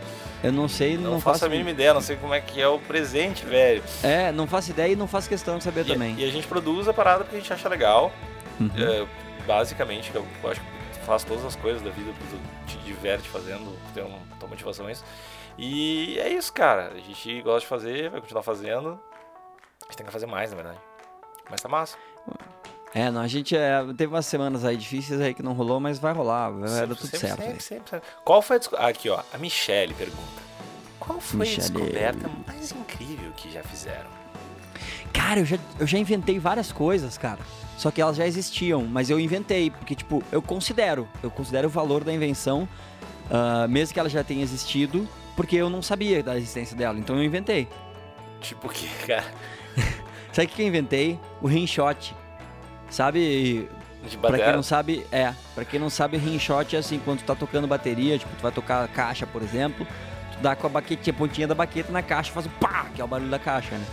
A: Eu não sei, não,
B: Não, faço,
A: faço,
B: a mínima ideia, não sei como é que é o presente, velho.
A: é, não faço ideia e não faço questão de saber
B: E, é-
A: também.
B: e a gente produz a parada porque a gente acha legal.
A: Uhum.
B: É, basicamente, que eu acho que tu faz todas as coisas da vida, porque tu te diverte fazendo, tem uma tua motivação é isso. E é isso, cara. A gente gosta de fazer, vai continuar fazendo. A gente tem que fazer mais, na verdade. Mas tá massa.
A: É, não, a gente é, teve umas semanas aí difíceis aí que não rolou, mas vai rolar, vai dar
B: Sempre,
A: tudo
B: sempre,
A: certo.
B: sempre, sempre, sempre. Qual foi a descoberta? Aqui, ó. A Michelle pergunta. Qual foi
A: Michele.
B: a descoberta mais incrível que já fizeram?
A: Cara, eu já, eu já inventei várias coisas, cara. Só que elas já existiam, mas eu inventei, porque, tipo, eu considero, eu considero o valor da invenção, ah, mesmo que ela já tenha existido, porque eu não sabia da existência dela, então eu inventei.
B: Tipo o que, cara?
A: Sabe o que eu inventei? O rimshot. Sabe,
B: De
A: pra quem
B: bater.
A: não sabe, é, pra quem não sabe, rimshot é assim, quando tu tá tocando bateria, tipo, tu vai tocar a caixa, por exemplo, tu dá com a baquetinha, a pontinha da baqueta na caixa, faz o pá, que é o barulho da caixa, né?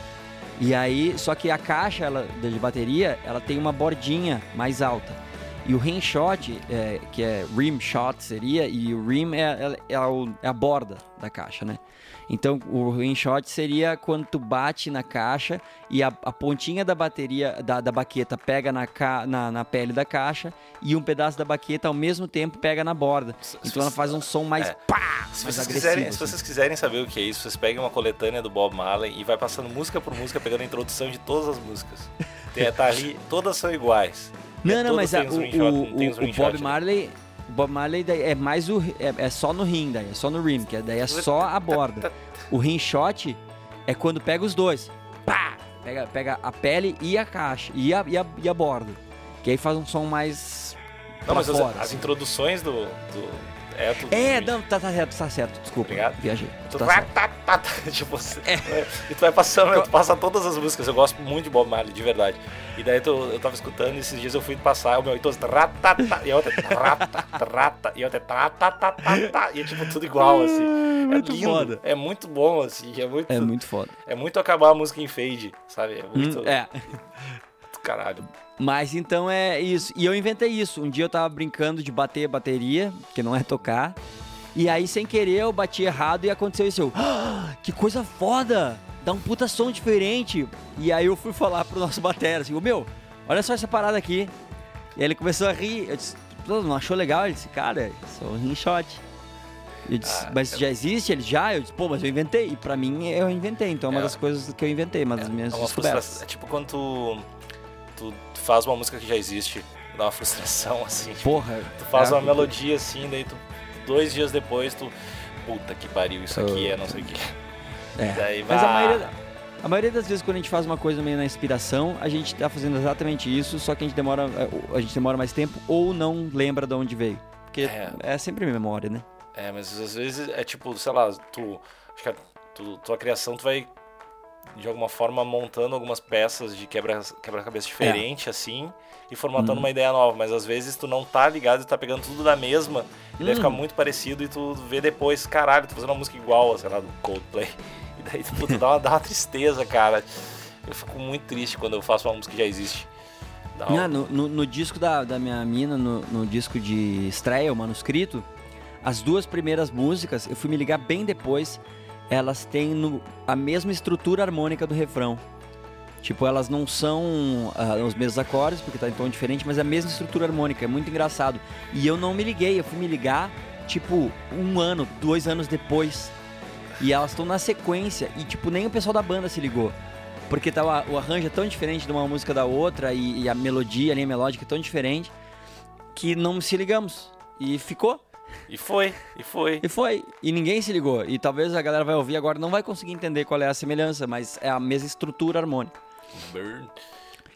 A: E aí, só que a caixa ela, de bateria, ela tem uma bordinha mais alta. E o rim shot, é, que é rim shot seria, e o rim é, é- é o- é a borda da caixa, né? Então, o rim shot seria quando tu bate na caixa e a, a pontinha da bateria, da, da baqueta pega na, ca- na, na pele da caixa e um pedaço da baqueta ao mesmo tempo pega na borda.
B: Se- se
A: Então ela
B: você-
A: faz um som mais
B: é.
A: pá,
B: Se
A: mais
B: vocês,
A: agressivo.
B: quiserem, se
A: assim.
B: vocês quiserem saber o que é isso, vocês peguem uma coletânea do Bob Marley e vai passando música por música, pegando a introdução de todas as músicas. Tem, tá ali, todas são iguais. É,
A: Não, não,
B: todas
A: mas
B: têm
A: a-
B: os
A: o,
B: rim shot,
A: o-
B: tem os
A: o
B: rim shot,
A: Bob
B: né?
A: Marley, o Bob Marley daí é mais o é, é só no rim daí, é só no rim, que é- daí é só a borda. O rim shot é quando pega os dois. Pá! Pega, pega a pele e a caixa e a, e a, e a borda. Que aí faz um som mais
B: Não,
A: pra
B: mas as,
A: fora.
B: as
A: assim.
B: introduções do. do é, tudo
A: É, não, tá, tá certo, tá certo, desculpa.
B: Obrigado.
A: Viajei.
B: Tu
A: tá
B: vai,
A: certo.
B: tá, tá, tá, tipo, você- E tu vai passando, tu passa todas as músicas. Eu gosto muito de Bob Marley, de verdade. E daí tu- eu tava escutando, e esses dias eu fui passar o meu itos ratatá, e a outra rata, rata, e a outra ratatatá, e é tipo tudo igual, assim.
A: Muito
B: é lindo,
A: foda.
B: é muito bom, assim, é muito,
A: É
B: é muito,
A: muito foda.
B: acabar a música em fade, sabe? É muito,
A: Hum, é.
B: caralho.
A: Mas então é isso. E eu inventei isso. Um dia eu tava brincando de bater bateria, que não é tocar. E aí, sem querer, eu bati errado e aconteceu isso. Eu, "Ah, que coisa foda! Dá um puta som diferente. E aí eu fui falar pro nosso batera, assim, "Ô, meu, olha só essa parada aqui. E aí ele começou a rir. Eu disse, "Pô, não achou legal? Ele disse, cara, isso é um rimshot. Eu disse,
B: Ah,
A: mas já existe? Ele já? Eu disse, pô, mas eu inventei. E pra mim, eu inventei. Então é uma
B: É.
A: das coisas que eu inventei, uma das minhas
B: É uma
A: descobertas.
B: frustração. É tipo quando tu, tu, tu faz uma música que já existe, dá uma frustração, assim.
A: Porra.
B: Tu faz
A: é,
B: uma melodia assim, daí tu, dois dias depois tu. Puta que pariu, isso aqui é não sei o que.
A: É.
B: Daí,
A: Mas a
B: ah,
A: maioria, A maioria das vezes quando a gente faz uma coisa meio na inspiração, a gente tá fazendo exatamente isso, só que a gente demora, é, a gente demora mais tempo ou não lembra de onde veio. Porque
B: É.
A: é, sempre memória, né?
B: É, mas às vezes é tipo, sei lá, tu. Acho que a tu- tua criação tu vai, de alguma forma, montando algumas peças de quebra- quebra-cabeça diferente,
A: É.
B: assim, e formatando
A: Uhum.
B: uma ideia nova. Mas às vezes tu não tá ligado e tá pegando tudo da mesma, e daí
A: Hum.
B: fica muito parecido e tu vê depois, caralho, tu fazendo uma música igual, sei lá, do Coldplay. E daí tipo, tu dá uma, dá uma tristeza, cara. Eu fico muito triste quando eu faço uma música que já existe. Dá um-
A: Ah, no, no- no disco da, da minha mina, no, no disco de estreia, o manuscrito, as duas primeiras músicas, eu fui me ligar bem depois, elas têm no- a mesma estrutura harmônica do refrão. Tipo, elas não são ah, os mesmos acordes, porque tá em tom diferente, mas é a mesma estrutura harmônica, é muito engraçado. E eu não me liguei, eu fui me ligar, tipo, um ano, dois anos depois. E elas estão na sequência, e tipo, nem o pessoal da banda se ligou. Porque tá, o- o arranjo é tão diferente de uma música da outra e, e a melodia, a linha melódica é tão diferente que não se ligamos. E ficou,
B: E foi, e foi.
A: e foi, e ninguém se ligou. E talvez a galera vai ouvir agora e não vai conseguir entender qual é a semelhança, mas é a mesma estrutura harmônica.
B: Burn.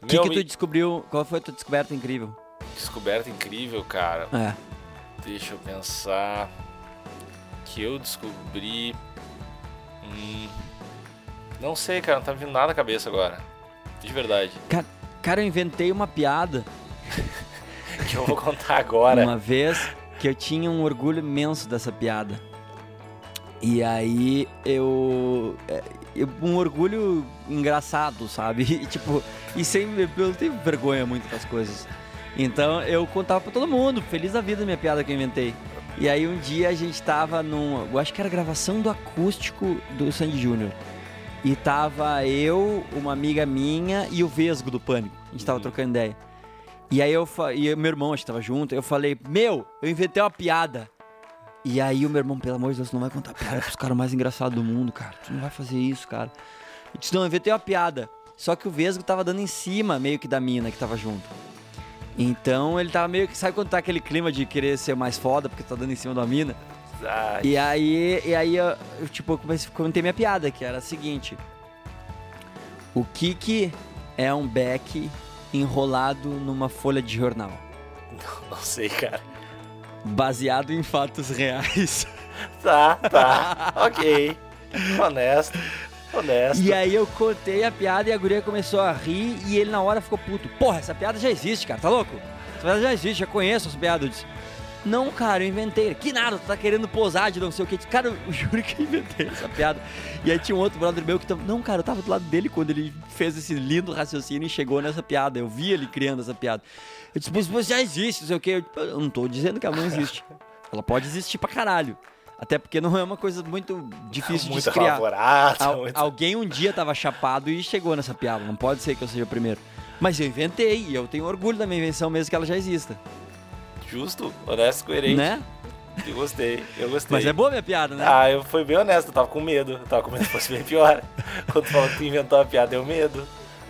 A: O que,
B: Meu,
A: que tu
B: me-
A: descobriu? Qual foi a tua descoberta incrível?
B: descoberta incrível, cara.
A: É.
B: Deixa eu pensar. Que eu descobri. Hum, não sei, cara, não tá me vindo nada à cabeça agora. De verdade.
A: Cara, cara, eu inventei uma piada
B: Que eu vou contar agora.
A: uma vez que eu tinha um orgulho imenso dessa piada. E aí eu. é, eu- um orgulho engraçado, sabe? E, tipo, e sem. Eu não tenho vergonha muito das coisas. Então eu contava pra todo mundo, feliz da vida a minha piada que eu inventei. E aí um dia a gente tava num. Eu acho que era gravação do acústico do Sandy Júnior. E tava eu, uma amiga minha e o Vesgo do Pânico. A gente tava
B: Uhum.
A: trocando ideia. E aí eu fa- e meu irmão, a gente tava junto, eu falei, meu, eu inventei uma piada. E aí o meu irmão, pelo amor de Deus, tu não vai contar piada pros caras mais engraçados do mundo, cara. Tu não vai fazer isso, cara. Eu disse, não, eu inventei uma piada. Só que o Vesgo tava dando em cima meio que da mina que tava junto. Então ele tava meio que. Sabe quando tá aquele clima de querer ser mais foda porque tá dando em cima da mina?
B: Ai,
A: E aí, e aí eu, eu, tipo, eu comecei, contei minha piada, que era a seguinte. O que que é um beck enrolado numa folha de jornal?
B: não sei, cara.
A: Baseado em fatos reais.
B: Tá, tá. ok. Honesto. Honesto.
A: E aí eu contei a piada e a guria começou a rir e ele na hora ficou puto. Porra, essa piada já existe, cara, tá louco? Essa piada já existe, já conheço essa piada. Eu disse, não, cara, eu inventei. Que nada, tu tá querendo posar de não sei o que. Cara, eu juro que eu inventei essa piada. E aí tinha um outro brother meu que tava... Não, cara, eu tava do lado dele quando ele fez esse lindo raciocínio e chegou nessa piada. Eu vi ele criando essa piada. Eu disse, mas mas já existe, não sei o que. Eu, tipo, eu não tô dizendo que ela não existe. Ela pode existir pra caralho. Até porque não é uma coisa muito difícil de
B: muito
A: se criar.
B: apavorado.
A: Al-
B: muito-
A: Alguém um dia tava chapado e chegou nessa piada. Não pode ser que eu seja o primeiro. Mas eu inventei e eu tenho orgulho da minha invenção mesmo que ela já exista.
B: Justo, honesto, coerente.
A: Né?
B: Eu gostei, eu gostei.
A: Mas é boa minha piada, né?
B: Ah, eu fui bem honesto, eu tava com medo. Eu tava com medo que fosse bem pior. Quando tu falou que tu inventou a piada, deu medo.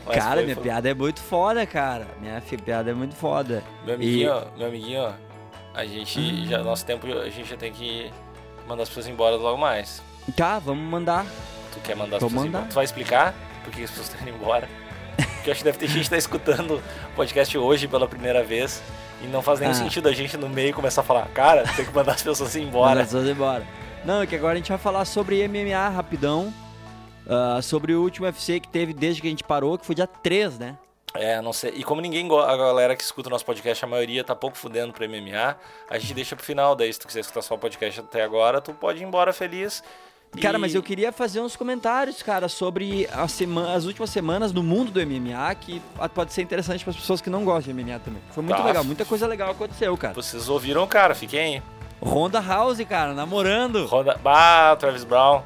B: Mas
A: cara,
B: foi-
A: minha
B: foi-
A: piada é muito foda, cara. Minha fi- piada é muito foda.
B: Meu amiguinho, ó, meu amiguinho, ó, a gente já, nosso tempo, a gente já tem que mandar as pessoas embora logo mais.
A: E... Tá, vamos mandar.
B: Tu quer mandar as
A: Vou
B: pessoas
A: mandar.
B: embora? Tu vai explicar por que as pessoas estão indo embora? Porque eu acho que deve ter gente que tá escutando o podcast hoje pela primeira vez e não faz nenhum
A: Ah.
B: sentido a gente no meio começar a falar, cara, tem que mandar as pessoas
A: Bora.
B: embora.
A: Vamos embora. Não, é que agora a gente vai falar sobre MMA rapidão. ah, sobre o último UFC que teve desde que a gente parou, que foi dia 3, né?
B: É, não sei. E como ninguém go- a galera que escuta o nosso podcast, a maioria tá pouco fudendo pro MMA, a gente deixa pro final. Daí, se tu quiser escutar só o podcast até agora, tu pode ir embora feliz. E-
A: Cara, mas eu queria fazer uns comentários, cara, sobre a sema- as últimas semanas no mundo do MMA, que a- pode ser interessante para as pessoas que não gostam de MMA também. Foi muito
B: Tá.
A: legal, muita coisa legal aconteceu, cara.
B: Vocês ouviram, cara? Fiquem aí.
A: Ronda House, cara, namorando.
B: Ronda. Bah, Travis Brown.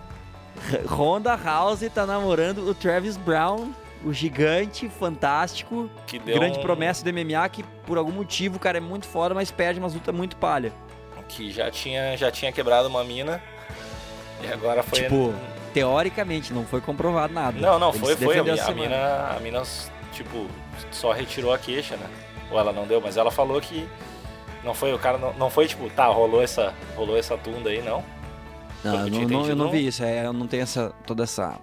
A: Ronda House tá namorando o Travis Brown, o gigante fantástico,
B: Que deu
A: grande
B: um-
A: promessa do MMA, que por algum motivo, cara, é muito fora, mas perde umas lutas muito palha.
B: Que já tinha, já tinha quebrado uma mina. E agora foi.
A: Tipo, teoricamente, não foi comprovado nada.
B: Não, não,
A: Ele
B: foi,
A: se
B: foi. A,
A: defendeu
B: mi-
A: essa
B: a
A: semana.
B: mina, a mina, tipo, só retirou a queixa, né? Ou ela não deu, mas ela falou que não foi, o cara não, não foi tipo, tá, rolou essa, rolou essa tunda aí, não.
A: Não,
B: Porque
A: eu não, não-
B: tinha
A: eu
B: entendido,
A: não
B: não?
A: vi isso. é, eu não tenho essa, toda essa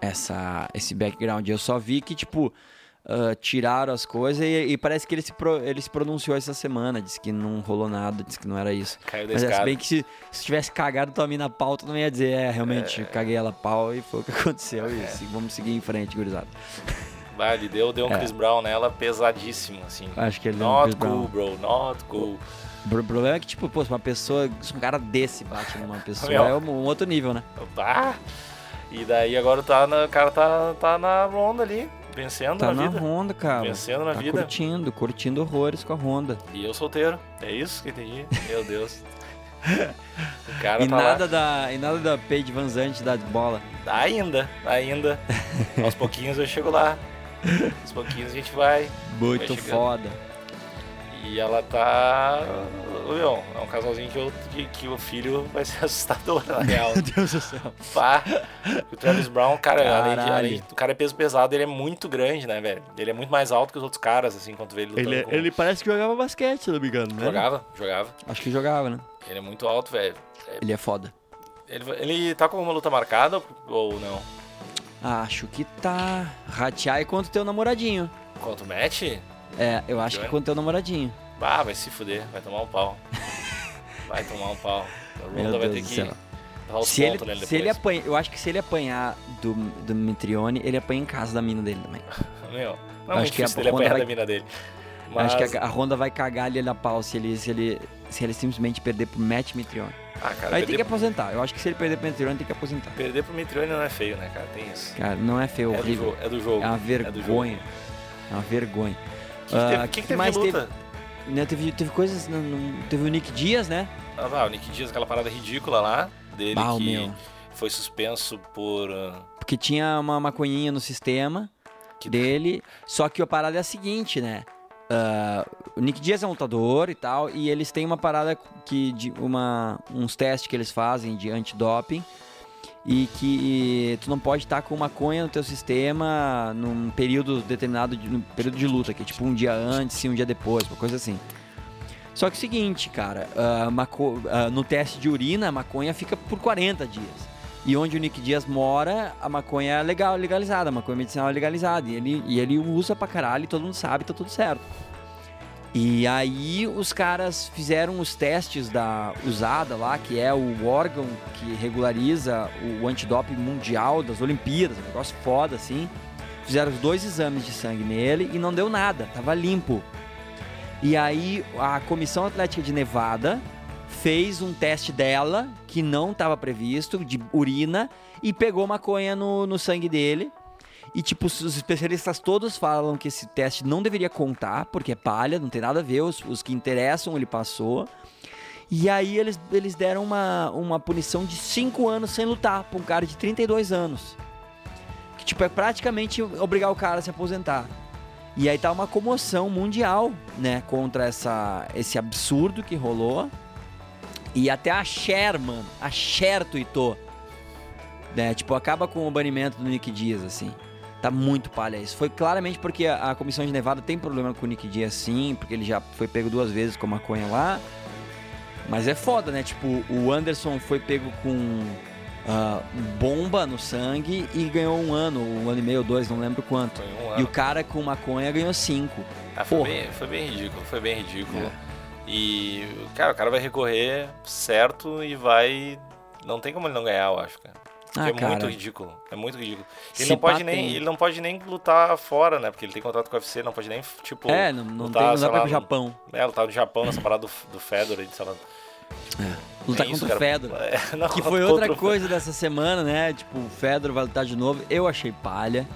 A: essa, esse background. Eu só vi que, tipo, ah, tiraram as coisas e, e parece que ele se, pro- ele se pronunciou essa semana. Disse que não rolou nada, disse que não era isso.
B: Caiu da
A: Mas é, se
B: escada.
A: bem que se, se tivesse cagado tua mina a pau, tu não ia dizer, é, realmente, caguei ela a pau e foi o que aconteceu. E se- vamos seguir em frente, gurizada.
B: Bah, ele deu, deu um Chris Brown nela pesadíssimo, assim.
A: É. Acho que ele deu um
B: Not
A: Chris
B: cool, bro, not cool.
A: O pro- problema é que, tipo, pô, se uma pessoa, se um cara desse bate numa pessoa,
B: Meu.
A: é um, um outro nível, né?
B: Bah. E daí agora tá na, o cara tá, tá na ronda ali, vencendo
A: Tá
B: na
A: na
B: vida.
A: ronda, cara.
B: Vencendo na
A: tá
B: vida.
A: curtindo, curtindo horrores com a ronda.
B: E eu solteiro. É isso que eu entendi. Meu Deus. o cara
A: E
B: tá
A: nada, da, e nada da Paige Van Zandt dar de bola.
B: lá. Ainda, ainda. Aos pouquinhos eu chego lá. Aos pouquinhos a gente vai.
A: Muito
B: chegando.
A: foda.
B: E ela tá. Meu, é um casalzinho que, eu, que, que o filho vai ser assustador, na real.
A: Meu Deus do céu.
B: Pá. O Travis Brown, cara, além de,
A: Caralho.
B: além de- o cara é peso pesado, ele é muito grande, né, velho? Ele é muito mais alto que os outros caras, assim, quando tu vê ele lutando. com-
A: é, parece que jogava basquete, se não me engano, né?
B: Jogava, jogava.
A: Acho que jogava, né?
B: Ele é muito alto, velho.
A: Ele é foda.
B: Ele, ele tá com alguma luta marcada ou não?
A: Acho que tá. Ratiai contra o teu namoradinho.
B: Quanto match?
A: É, eu acho que
B: Johnny?
A: contra o teu namoradinho.
B: Bah, vai se fuder, vai tomar um pau. Vai tomar um pau. A
A: Meu
B: Ronda vai
A: Deus
B: ter
A: do
B: que
A: céu.
B: dar os
A: Se
B: pontos nele
A: ele,
B: depois.
A: se ele é- apanha, eu acho que se ele apanhar do, do Mitrione, ele apanha em casa da mina dele também.
B: Meu, não é muito
A: Acho que a
B: difícil dele
A: Ronda
B: apanhar
A: vai-
B: da mina dele. Mas...
A: Acho que é a, a Honda vai cagar ele a pau se ele, se ele, se ele simplesmente perder pro Matt Mitrione.
B: Ah, cara,
A: Aí
B: perder,
A: tem que aposentar. Eu acho que se ele perder pro Mitrione, tem que aposentar.
B: perder pro Mitrione não é feio, né, cara? Tem isso.
A: Cara, não é feio,
B: é, do
A: horrível.
B: jogo, é do jogo.
A: É uma
B: do jogo.
A: vergonha. É uma vergonha.
B: O
A: Ah,
B: que, que, teve- que, que teve
A: mais
B: de luta?
A: Teve, né, teve, teve coisas. não- não- teve o Nick Dias, né?
B: Ah, tá, o Nick Dias, aquela parada ridícula lá, dele
A: Bah, o
B: que
A: meu.
B: foi suspenso por... ah,
A: Porque tinha uma maconhinha no sistema
B: Que-
A: dele. Só que a parada é a seguinte, né? Ah, o Nick Diaz é um lutador e tal, e eles têm uma parada que de uma uns testes que eles fazem de antidoping e que tu não pode estar com maconha no teu sistema num período determinado, de, num período de luta, que é tipo um dia antes e um dia depois, uma coisa assim. Só que é o seguinte, cara, ah, maco- ah, no teste de urina, a maconha fica por 40 dias. E onde o Nick Dias mora, a maconha é legal, legalizada, a maconha medicinal é legalizada. E ele, e ele usa pra caralho, e todo mundo sabe, tá tudo certo. E aí os caras fizeram os testes da usada lá, que é o órgão que regulariza o antidoping mundial das Olimpíadas, um negócio foda assim. Fizeram os dois exames de sangue nele e não deu nada, tava limpo. E aí a Comissão Atlética de Nevada fez um teste dela, que não estava previsto, de urina, e pegou maconha no, no sangue dele. E, tipo, os os especialistas todos falam que esse teste não deveria contar, porque é palha, não tem nada a ver, os, os que interessam ele passou. E aí eles, eles deram uma, uma punição de 5 anos sem lutar pra um cara de 32 anos. Que, tipo, é praticamente obrigar o cara a se aposentar. E aí tá uma comoção mundial, né, contra essa, esse absurdo que rolou. E até a Cher, mano, a Cher tweetou. Né, tipo, acaba com o banimento do Nick Diaz, assim. Tá muito palha isso. Foi claramente porque a, a Comissão de Nevada tem problema com o Nick Diaz, sim, porque ele já foi pego duas vezes com maconha lá. Mas é foda, né? Tipo, o Anderson foi pego com ah, bomba no sangue e ganhou um ano, um ano e meio, dois, não lembro quanto.
B: Foi um
A: E
B: ano.
A: o cara com maconha ganhou 5.
B: Ah, foi,
A: Porra. É.
B: bem, foi bem ridículo, foi bem ridículo. E, cara, o cara vai recorrer certo e vai. Não tem como ele não ganhar, eu acho, cara. Porque
A: Ah,
B: é muito
A: cara.
B: ridículo. É muito ridículo. Ele
A: Se
B: não, pode
A: pá,
B: nem,
A: tem.
B: ele não pode nem lutar fora, né? Porque ele tem contrato com o UFC, não pode nem, tipo.
A: É, não, não,
B: lutar,
A: tem, não
B: sei
A: dá pra ir
B: lá,
A: pro Japão.
B: É, lutar no Japão nessa parada do, do Fedor, ele, sei lá.
A: Lutar
B: tem isso,
A: tá contra o
B: cara.
A: Fedor.
B: É, não,
A: Que foi
B: contra
A: outra
B: o-
A: coisa dessa semana, né? Tipo, o Fedor vai lutar de novo. Eu achei palha.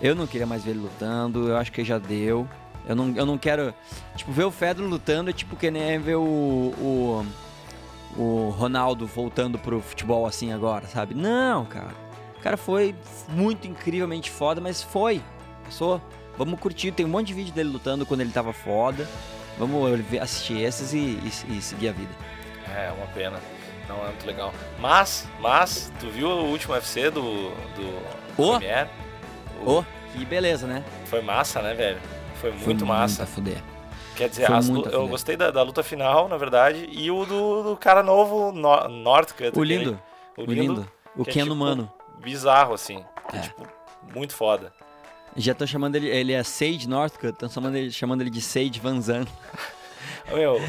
A: Eu não queria mais ver ele lutando. Eu acho que já deu. Eu não, eu não quero. Tipo, ver o Fedor lutando é tipo que nem ver o, o. o Ronaldo voltando pro futebol assim agora, sabe? Não, cara. O cara foi muito incrivelmente foda, mas foi. Passou. Vamos curtir. Tem um monte de vídeo dele lutando quando ele tava foda. Vamos ver- assistir esses e, e- e seguir a vida.
B: É, uma pena. Não é muito legal. Mas, mas, tu viu o último UFC do. do
A: Ô!
B: Premier?
A: Ô, que beleza, né?
B: Foi massa, né, velho? Foi muito
A: Foi
B: massa.
A: a fuder.
B: Quer dizer,
A: Foi
B: as
A: muito
B: lu-
A: a
B: eu
A: fuder.
B: gostei da, da luta final, na verdade, e o do, do cara novo, no, Northcutt.
A: O
B: aquele-
A: lindo,
B: O
A: o
B: lindo.
A: lindo. É. O
B: que é
A: Ken
B: tipo-
A: humano.
B: Bizarro, assim. Que, tipo, muito foda.
A: Já tô chamando ele, ele é Sage Northcutt, estão chamando ele, chamando ele de Sage Van Zandt.
B: Meu,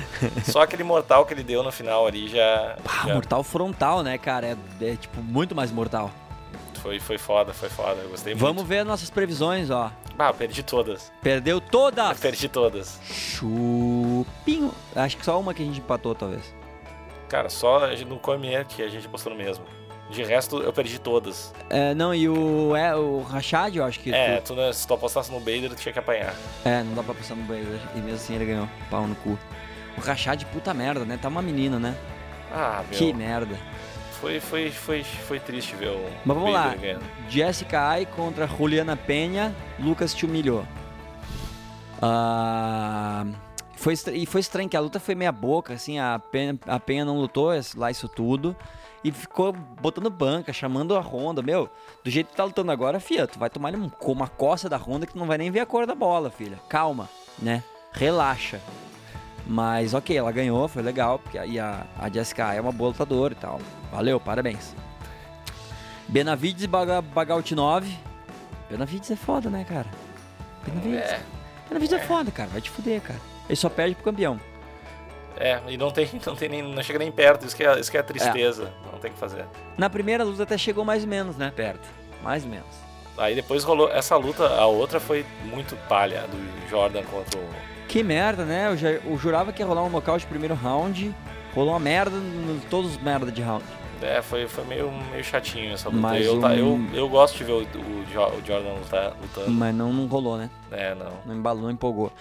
B: só aquele mortal que ele deu no final ali já,
A: Pá,
B: já
A: Ah, mortal frontal, né, cara? É, é, tipo muito mais mortal.
B: foi, foi foda, foi foda. Eu gostei
A: Vamos ver nossas previsões, ó.
B: muito. Ah, perdi todas.
A: Perdeu todas!
B: Perdi todas.
A: Chupinho. Acho que só uma que a gente empatou, talvez.
B: Cara, só a gente- no Comier que a gente postou no mesmo. De resto, eu perdi todas.
A: É, não, e o, é, o Rashad, eu acho que.
B: É, tu, né, se tu apostasse no Bader, tu tinha que apanhar.
A: É, não dá pra passar no banheiro. E mesmo assim ele ganhou. Pau no cu. O Rashad, puta merda, né? Tá uma menina, né?
B: Ah, meu.
A: Que merda.
B: Foi, foi, foi, foi triste ver o
A: Mas vamos lá.
B: Bader ganhando.
A: Jessica Ai contra Juliana Penha. Lucas te humilhou. Ah, foi estra- e foi estranho que a luta foi meia boca, assim. A Penha, a Penha não lutou esse- lá isso tudo. E ficou botando banca, chamando a Honda. Meu, do jeito que tá lutando agora, filha, tu vai tomar um- uma coça da Honda que tu não vai nem ver a cor da bola, filha. Calma, né? Relaxa. Mas ok, ela ganhou, foi legal, porque aí a, a Jessica Ai é uma boa lutadora e tal. Valeu, parabéns. Benavides e Baga, Bagaltinov. Benavides é foda, né, cara? Benavides.
B: É.
A: Benavides é foda, cara. Vai te fuder, cara. Ele só perde pro campeão.
B: É, e não tem, não tem nem. Não chega nem perto, isso que é, isso que é a tristeza. Não tem o que fazer.
A: Na primeira luta até chegou mais ou menos, né? Perto. Mais ou menos.
B: Aí depois rolou. Essa luta, a outra foi muito palha, do Jordan contra o.
A: Que merda, né? Eu, já, eu jurava que ia rolar um nocaute de primeiro round. Rolou uma merda, no- todos os merda de round.
B: É, foi, foi meio, meio chatinho essa luta.
A: Mas
B: eu, tá- eu,
A: um- Hum.
B: eu gosto de ver o, o Jo- o Jordan lutar- lutando.
A: Mas não, não rolou, né?
B: É, não.
A: Não embalou, não empolgou.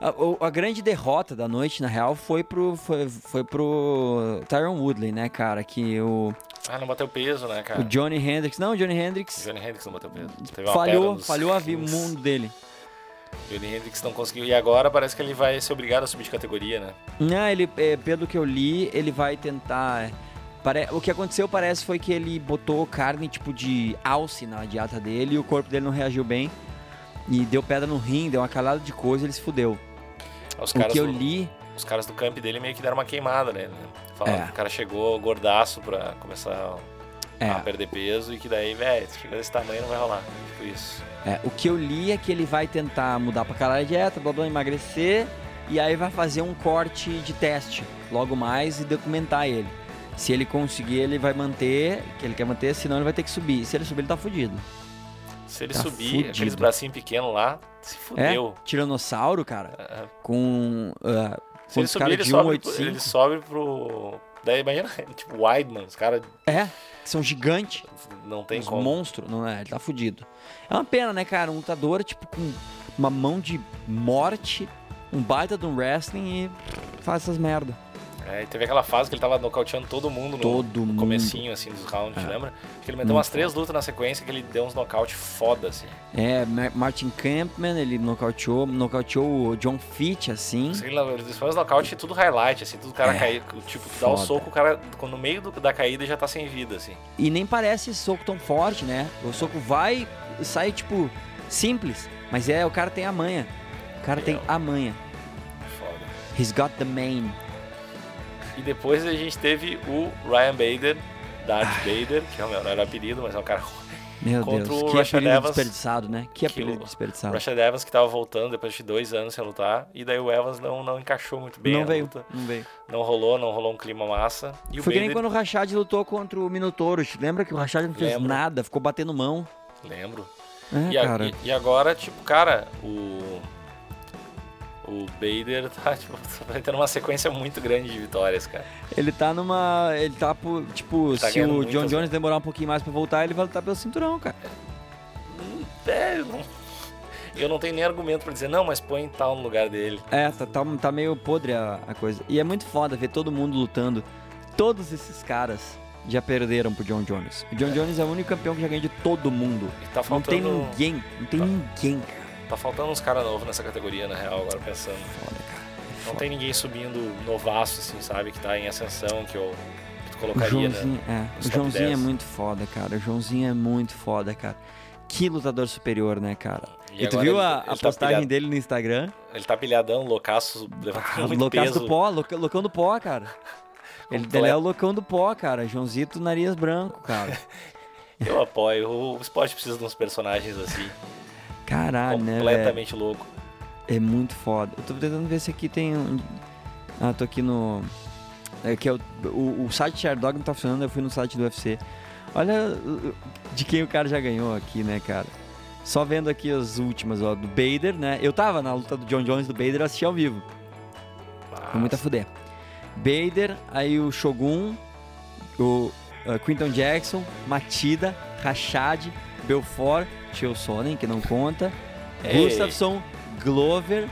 A: A, o- a grande derrota da noite, na real, foi pro, foi, foi pro Tyron Woodley, né, cara? Que o,
B: Ah, não bateu peso, né, cara?
A: o Johnny Hendricks... Não, o Johnny Hendricks
B: Johnny Hendrix não bateu peso. Teve uma pedra
A: falhou,
B: nos-
A: falhou a vi-
B: nos-
A: mundo dele.
B: Johnny Hendrix não conseguiu. E agora parece que ele vai ser obrigado a subir de categoria, né?
A: Não, ele, é, pelo que eu li, ele vai tentar. pare- O que aconteceu parece foi que ele botou carne tipo de alce na dieta dele e o corpo dele não reagiu bem. E deu pedra no rim, deu uma calada de coisa e ele se fudeu.
B: Os
A: o
B: caras,
A: que eu
B: do-
A: li.
B: os caras do camp dele meio que deram uma queimada nele, né? Falaram
A: É.
B: que o cara chegou gordaço pra começar
A: É,
B: a perder peso e que daí, velho, se chegar desse tamanho não vai rolar. Tipo isso.
A: é, o que eu li é que ele vai tentar mudar pra caralho a dieta, blá blá, emagrecer. E aí vai fazer um corte de teste logo mais e documentar ele. Se ele conseguir, ele vai manter, que ele quer manter, senão ele vai ter que subir. Se ele subir, ele tá fudido.
B: Se ele
A: Tá
B: subir, aqueles
A: fudido. É?
B: bracinhos pequenos lá, se fudeu.
A: Tiranossauro, cara,
B: É.
A: com. ah,
B: Se ele
A: Quantos
B: subir,
A: cara
B: ele
A: de
B: sobe,
A: 1,85?
B: ele sobe pro. Daí imagina, tipo, Weidman, os caras
A: É, que são gigantes,
B: não tem
A: uns
B: como.
A: monstros, não é? Ele tá fudido. É uma pena, né, cara? Um lutador, tipo, com uma mão de morte, um baita de um wrestling e faz essas merda.
B: É, e teve aquela fase que ele tava nocauteando todo mundo no
A: Todo mundo. É.
B: comecinho, assim, dos rounds, lembra? Que ele meteu umas três lutas na sequência que ele deu uns nocaute foda, assim.
A: É, Ma- Martin Campman, ele nocauteou, nocauteou o John Fitch, assim.
B: Sei lá, Ele fez uns nocaute tudo highlight, assim, tudo o cara
A: É,
B: cair, tipo, tu dá o
A: foda.
B: soco, o cara no meio do- da caída já tá sem vida, assim.
A: E nem parece esse soco tão forte, né? O soco vai e sai, tipo, simples. Mas é, o cara tem a manha. O cara tem a manha.
B: Foda.
A: He's got the main.
B: E depois a gente teve o Ryan Bader,
A: Ah.
B: Darth Bader, que é o meu, não era apelido, mas é um cara
A: Meu
B: Contra o
A: Deus, que
B: Rashad
A: apelido
B: Evans,
A: desperdiçado, né? Que
B: que
A: apelido
B: o O
A: desperdiçado.
B: Rashad Evans que tava voltando depois de dois anos sem lutar. E daí o Evans não, não encaixou muito bem
A: Não
B: a
A: veio,
B: luta.
A: não veio.
B: Não rolou, não rolou um clima massa. E
A: Foi
B: o
A: que nem
B: Bader,
A: quando o Rashad lutou contra o Minotauro. te Lembra que o Rashad não fez
B: Lembro.
A: nada, ficou batendo mão.
B: Lembro.
A: É,
B: e, a-
A: cara.
B: e- e agora, tipo, cara, o... O Bader tá, tipo, vai tendo uma sequência muito grande de vitórias, cara.
A: Ele tá numa. Ele tá, por- tipo,
B: Tá
A: se
B: ganhando
A: o
B: muitas,
A: John
B: né?
A: Jones demorar um pouquinho mais pra voltar, ele vai lutar pelo cinturão, cara.
B: É, eu não... Eu não tenho nem argumento pra dizer, não, mas põe tal no lugar dele.
A: É, tá, tá, tá meio podre a, a coisa. E é muito foda ver todo mundo lutando. Todos esses caras já perderam pro John Jones. O John Jones é o único campeão que já ganha de todo mundo.
B: E tá
A: Não tem
B: faltando,
A: ninguém, não tem
B: Tá.
A: ninguém, cara.
B: tá faltando uns caras novos nessa categoria, na real, agora pensando.
A: Foda, cara.
B: Não tem ninguém subindo novaço, assim, sabe? Que tá em ascensão, que eu que tu
A: O
B: colocaria, né?
A: Joãozinho, é,
B: nos
A: o
B: top
A: Joãozinho é
B: 10.
A: muito foda, cara. O Joãozinho é muito foda, cara. Que lutador superior, né, cara? E, tu
B: agora
A: viu
B: ele-
A: a,
B: ele
A: a
B: tá
A: postagem
B: pilhado-
A: dele no Instagram?
B: Ele tá pilhadão, loucaço, levantando Ah, muito
A: loucaço
B: peso.
A: do pó, louca- loucão do pó, cara. Ele,
B: Completo.
A: ele é o loucão do pó, cara. Joãozito Nariz Branco, cara.
B: Eu apoio. O esporte precisa de uns personagens assim.
A: Caralho, né? velho?
B: completamente louco.
A: É muito foda. Eu tô tentando ver se aqui tem. um- Ah, tô aqui no. É que é o, o, o site Sherdog não tá funcionando, eu fui no site do UFC. Olha uh, de quem o cara já ganhou aqui, né, cara? Só vendo aqui as últimas, ó, do Bader, né? Eu tava na luta do John Jones e do Bader, eu assisti ao vivo. Foi muito a fuder. Bader, aí o Shogun, o uh, Quinton Jackson, Matida, Rachad, Belfort, Tio Sonnen, que não conta,
B: Ei.
A: Gustafsson, Glover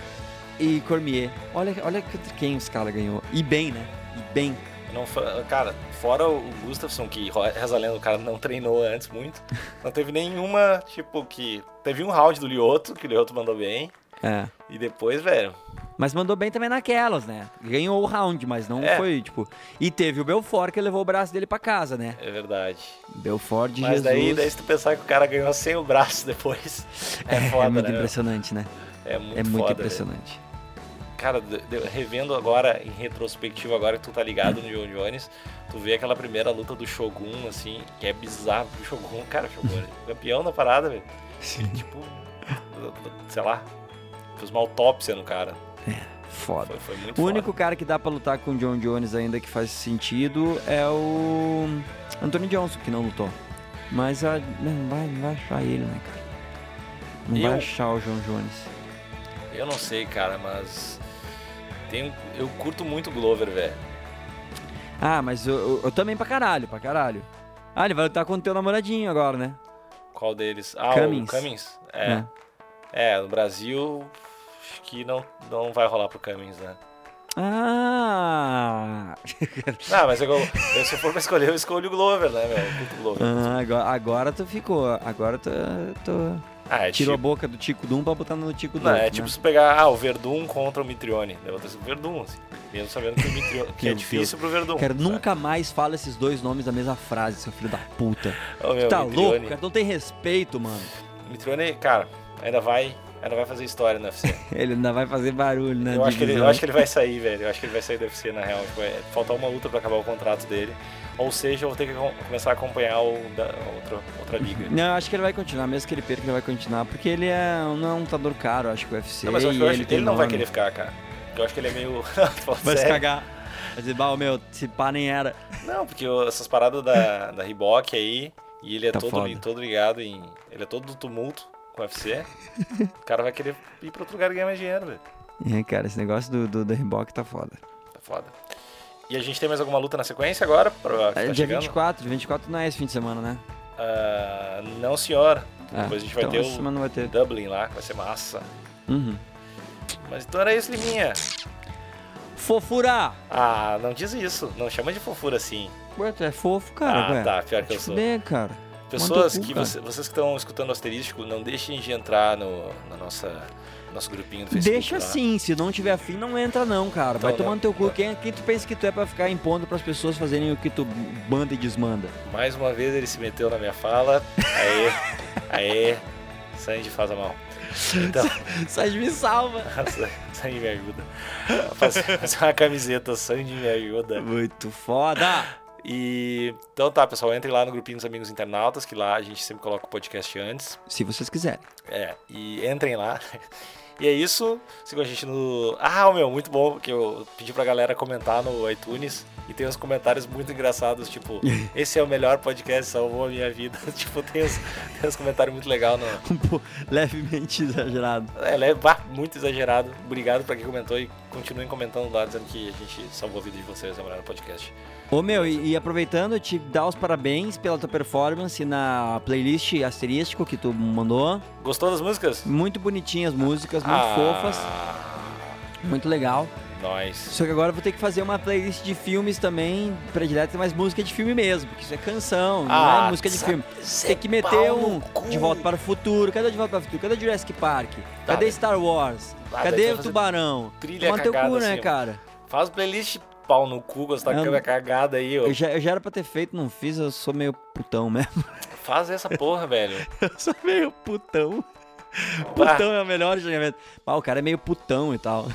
A: e Cormier. Olha, olha que- quem os caras ganhou. E bem, né? E bem.
B: Não fa- cara, fora o Gustafsson, que ro- reza a lenda, o cara não treinou antes muito. Não teve nenhuma, tipo, que. Teve um round do Lioto, que o Lioto mandou bem.
A: É.
B: E depois, velho.
A: Mas mandou bem também naquelas, né? Ganhou o round, mas não
B: É.
A: foi, tipo... E teve o Belfort que levou o braço dele pra casa, né?
B: É verdade.
A: Belfort de
B: Mas
A: Jesus.
B: daí, tá daí, se tu pensar que o cara ganhou sem o braço depois. É, foda,
A: é muito
B: né?
A: impressionante, né?
B: É muito,
A: é muito
B: foda, velho.
A: impressionante.
B: Cara, de- de- revendo agora, em retrospectiva, agora que tu tá ligado no John Jones, tu vê aquela primeira luta do Shogun, assim, que é bizarro. O Shogun, cara, o Shogun é campeão da parada, velho.
A: Sim.
B: Tipo, sei lá, fiz uma autópsia no cara.
A: Foda.
B: Foi, foi muito
A: O
B: foda.
A: único cara que dá pra lutar com o John Jones ainda que faz sentido é o Anthony Johnson, que não lutou. Mas ah, não, vai, não vai achar ele, né, cara? Não
B: Eu-
A: vai achar o John Jones.
B: Eu não sei, cara, mas. Tem, um- eu curto muito o Glover, velho.
A: Ah, mas eu, eu- eu também pra caralho, pra caralho. Ah, ele vai lutar com o teu namoradinho agora, né?
B: Qual deles? Ah,
A: Cummings.
B: o Cummings. É. é, no Brasil, acho que não, não vai rolar pro Cummings, né?
A: Ah!
B: Não, mas eu, eu, se eu for pra escolher, eu escolho o Glover, né, meu? Eu curto o Glover.
A: Ah, agora, agora tu ficou. Agora tu, tu
B: Ah, é
A: tirou a
B: tipo,
A: boca do Tico Dum pra botar no Tico Dum. né?
B: não, é tipo se pegar ah, o Verdun contra o Mitrione. Eu vou ter o Verdun, assim. Mesmo sabendo que, o Mitrione, que é
A: Meu
B: difícil pro Verdun.
A: Cara,
B: sabe?
A: nunca mais fala esses dois nomes da mesma frase, seu filho da puta.
B: Ô, meu,
A: tá
B: Mitrione,
A: louco, cara? Não tem respeito, mano.
B: Mitrione, cara, ainda vai, ainda vai fazer história no UFC.
A: Ele ainda vai fazer barulho, né?
B: Eu acho, que ele, eu acho que ele vai sair, velho. Eu acho que ele vai sair do UFC, na real. Tipo, é, faltar uma luta pra acabar o contrato dele. Ou seja, eu vou ter que com- começar a acompanhar o da, outra, outra liga.
A: Não, eu acho que ele vai continuar, mesmo que ele perca, ele vai continuar, porque ele é, não é um lutador caro, eu acho que o UFC.
B: Não, mas eu acho
A: e
B: que eu acho
A: ele
B: que
A: tem
B: ele não vai
A: nome.
B: querer ficar, cara. Eu acho que ele é meio. Fala
A: Vai se
B: sério.
A: cagar. Vai dizer, bah, ô, meu, se pá nem era.
B: Não, porque o- essas paradas da, da Reebok aí, e ele é
A: Tá
B: todo,
A: foda.
B: li- todo ligado em. Ele é todo do tumulto com o UFC. o cara vai querer ir pra outro lugar e ganhar mais dinheiro, velho.
A: É, cara, esse negócio do, do, do reboque tá foda.
B: Tá foda. E a gente tem mais alguma luta na sequência agora? Pra,
A: É,
B: tá
A: dia
B: chegando?
A: 24, dia 24 não é esse fim de semana, né?
B: Ah, não, senhor.
A: Ah,
B: Depois a gente vai
A: então
B: ter
A: essa
B: o
A: semana vai ter.
B: Dublin lá, que vai ser massa.
A: Uhum.
B: Mas então era isso, Liminha.
A: Fofura!
B: Ah, não diz isso. Não chama de fofura assim.
A: Ué, tu é fofo, cara,
B: ah,
A: ué.
B: tá. Pior que eu
A: Te
B: sou.
A: fuder, cara.
B: Pessoas
A: Manda o cu,
B: que
A: cara.
B: você- vocês que estão escutando o asterístico, não deixem de entrar no na nossa nosso grupinho do Facebook.
A: Deixa
B: lá.
A: assim, se não tiver fim, não entra não, cara.
B: né? Então,
A: Vai tomando
B: não.
A: teu cu. Quem, quem tu pensa que tu é pra ficar impondo pras pessoas fazerem o que tu manda e desmanda?
B: Mais uma vez ele se meteu na minha fala. Aê, aê. Sandy faz a mão. Então,
A: Sandy me salva.
B: Sandy me ajuda. Fazer fazer uma camiseta, Sandy me ajuda.
A: Muito foda.
B: E então tá, pessoal, entrem lá no grupinho dos amigos internautas, que lá a gente sempre coloca o podcast antes.
A: Se vocês quiserem.
B: É, e entrem lá. E é isso. Sigam a gente no. Ah, meu, muito bom, porque eu pedi pra galera comentar no iTunes e tem uns comentários muito engraçados, tipo, esse é o melhor podcast, salvou a minha vida. tipo, tem uns, tem uns comentários muito legais no.
A: Um po- levemente exagerado.
B: Ela é bah, muito exagerado. Obrigado pra quem comentou e continuem comentando lá, dizendo que a gente salvou a vida de vocês, é o melhor podcast.
A: Ô meu, e, e aproveitando, te dar os parabéns pela tua performance na playlist asterístico que tu mandou.
B: Gostou das músicas?
A: Muito bonitinhas músicas, muito
B: Ah.
A: fofas, muito legal.
B: Nós.
A: Só que agora eu vou ter que fazer uma playlist de filmes também, predileta, mas música de filme mesmo, porque isso é canção,
B: Ah,
A: não é música de filme. Tem que meter um De Volta para o Futuro. Cadê o De Volta para o Futuro? Cadê o Jurassic Park?
B: Tá,
A: Cadê
B: mas-
A: Star Wars?
B: Ah, daí tu
A: Cadê
B: vai
A: o
B: fazer
A: Tubarão?
B: Trilha
A: Toma no teu
B: cagada,
A: cu, né,
B: assim,
A: cara?
B: Faz playlist pau no cu, gostar
A: Não.
B: que é cagada aí, ó.
A: Eu já, eu já era pra ter feito, não fiz, eu sou meio putão mesmo.
B: Faz essa porra, velho.
A: Eu sou meio putão.
B: Bah,
A: Putão é o melhor enxergamento. Ah, o cara é meio putão e tal.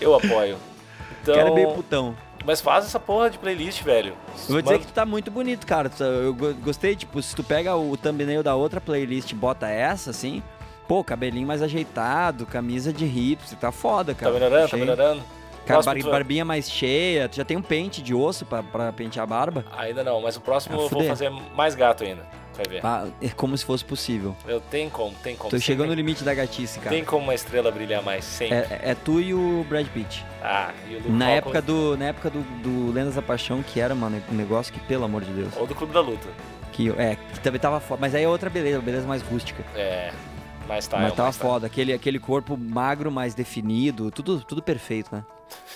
B: eu apoio. Então,
A: O cara é meio putão.
B: Mas faz essa porra de playlist, velho.
A: Eu vou dizer que tu tá muito bonito, cara. Tu- Eu go- gostei, tipo, se tu pega o thumbnail da outra playlist e bota essa, assim, pô, cabelinho mais ajeitado, camisa de hipster, tá foda,
B: Tá
A: cara.
B: melhorando, tá
A: Achei.
B: melhorando.
A: Cara,
B: Próximo
A: bar-
B: tu-
A: barbinha mais cheia, tu já tem um pente de osso pra, pra pentear a barba?
B: Ainda não, mas o próximo
A: Ah,
B: eu vou
A: fuder.
B: fazer mais gato ainda. Vai ver.
A: Ah, é como se fosse possível.
B: Eu tenho como, tem como.
A: Tu
B: Sempre
A: chegou no
B: tem,
A: limite da gatice, cara.
B: né? tem como uma estrela brilhar mais, sempre.
A: É, é tu e o Brad Pitt.
B: Ah, e o Luke
A: Na
B: Falcon-
A: época, do, na época do, do Lendas da Paixão, que era, mano, um negócio que, pelo amor de Deus.
B: Ou do Clube da Luta.
A: Que, é, que também tava foda. Mas aí é outra beleza, beleza mais rústica.
B: É. Mais tarde.
A: mas tava foda, aquele, aquele corpo magro, mais definido, tudo, tudo perfeito, né?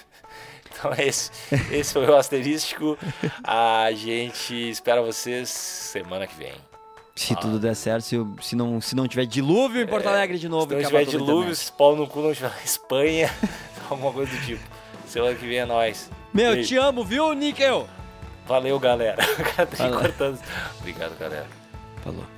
B: Então é esse. Esse foi o asterístico. A gente espera vocês semana que vem.
A: Se
B: Ah. É,
A: tudo der certo, se, o- se, não, se não tiver dilúvio em Porto Alegre de novo,
B: Se não
A: e
B: tiver
A: acabar tudo
B: dilúvio,
A: também.
B: se pau no cu não tiver na Espanha, alguma coisa do tipo. Semana que vem é nóis.
A: Meu,
B: Beijo.
A: te amo, viu, Níquel?
B: Valeu, galera. O cara tá
A: Valeu.
B: cortando. Obrigado, galera.
A: Falou.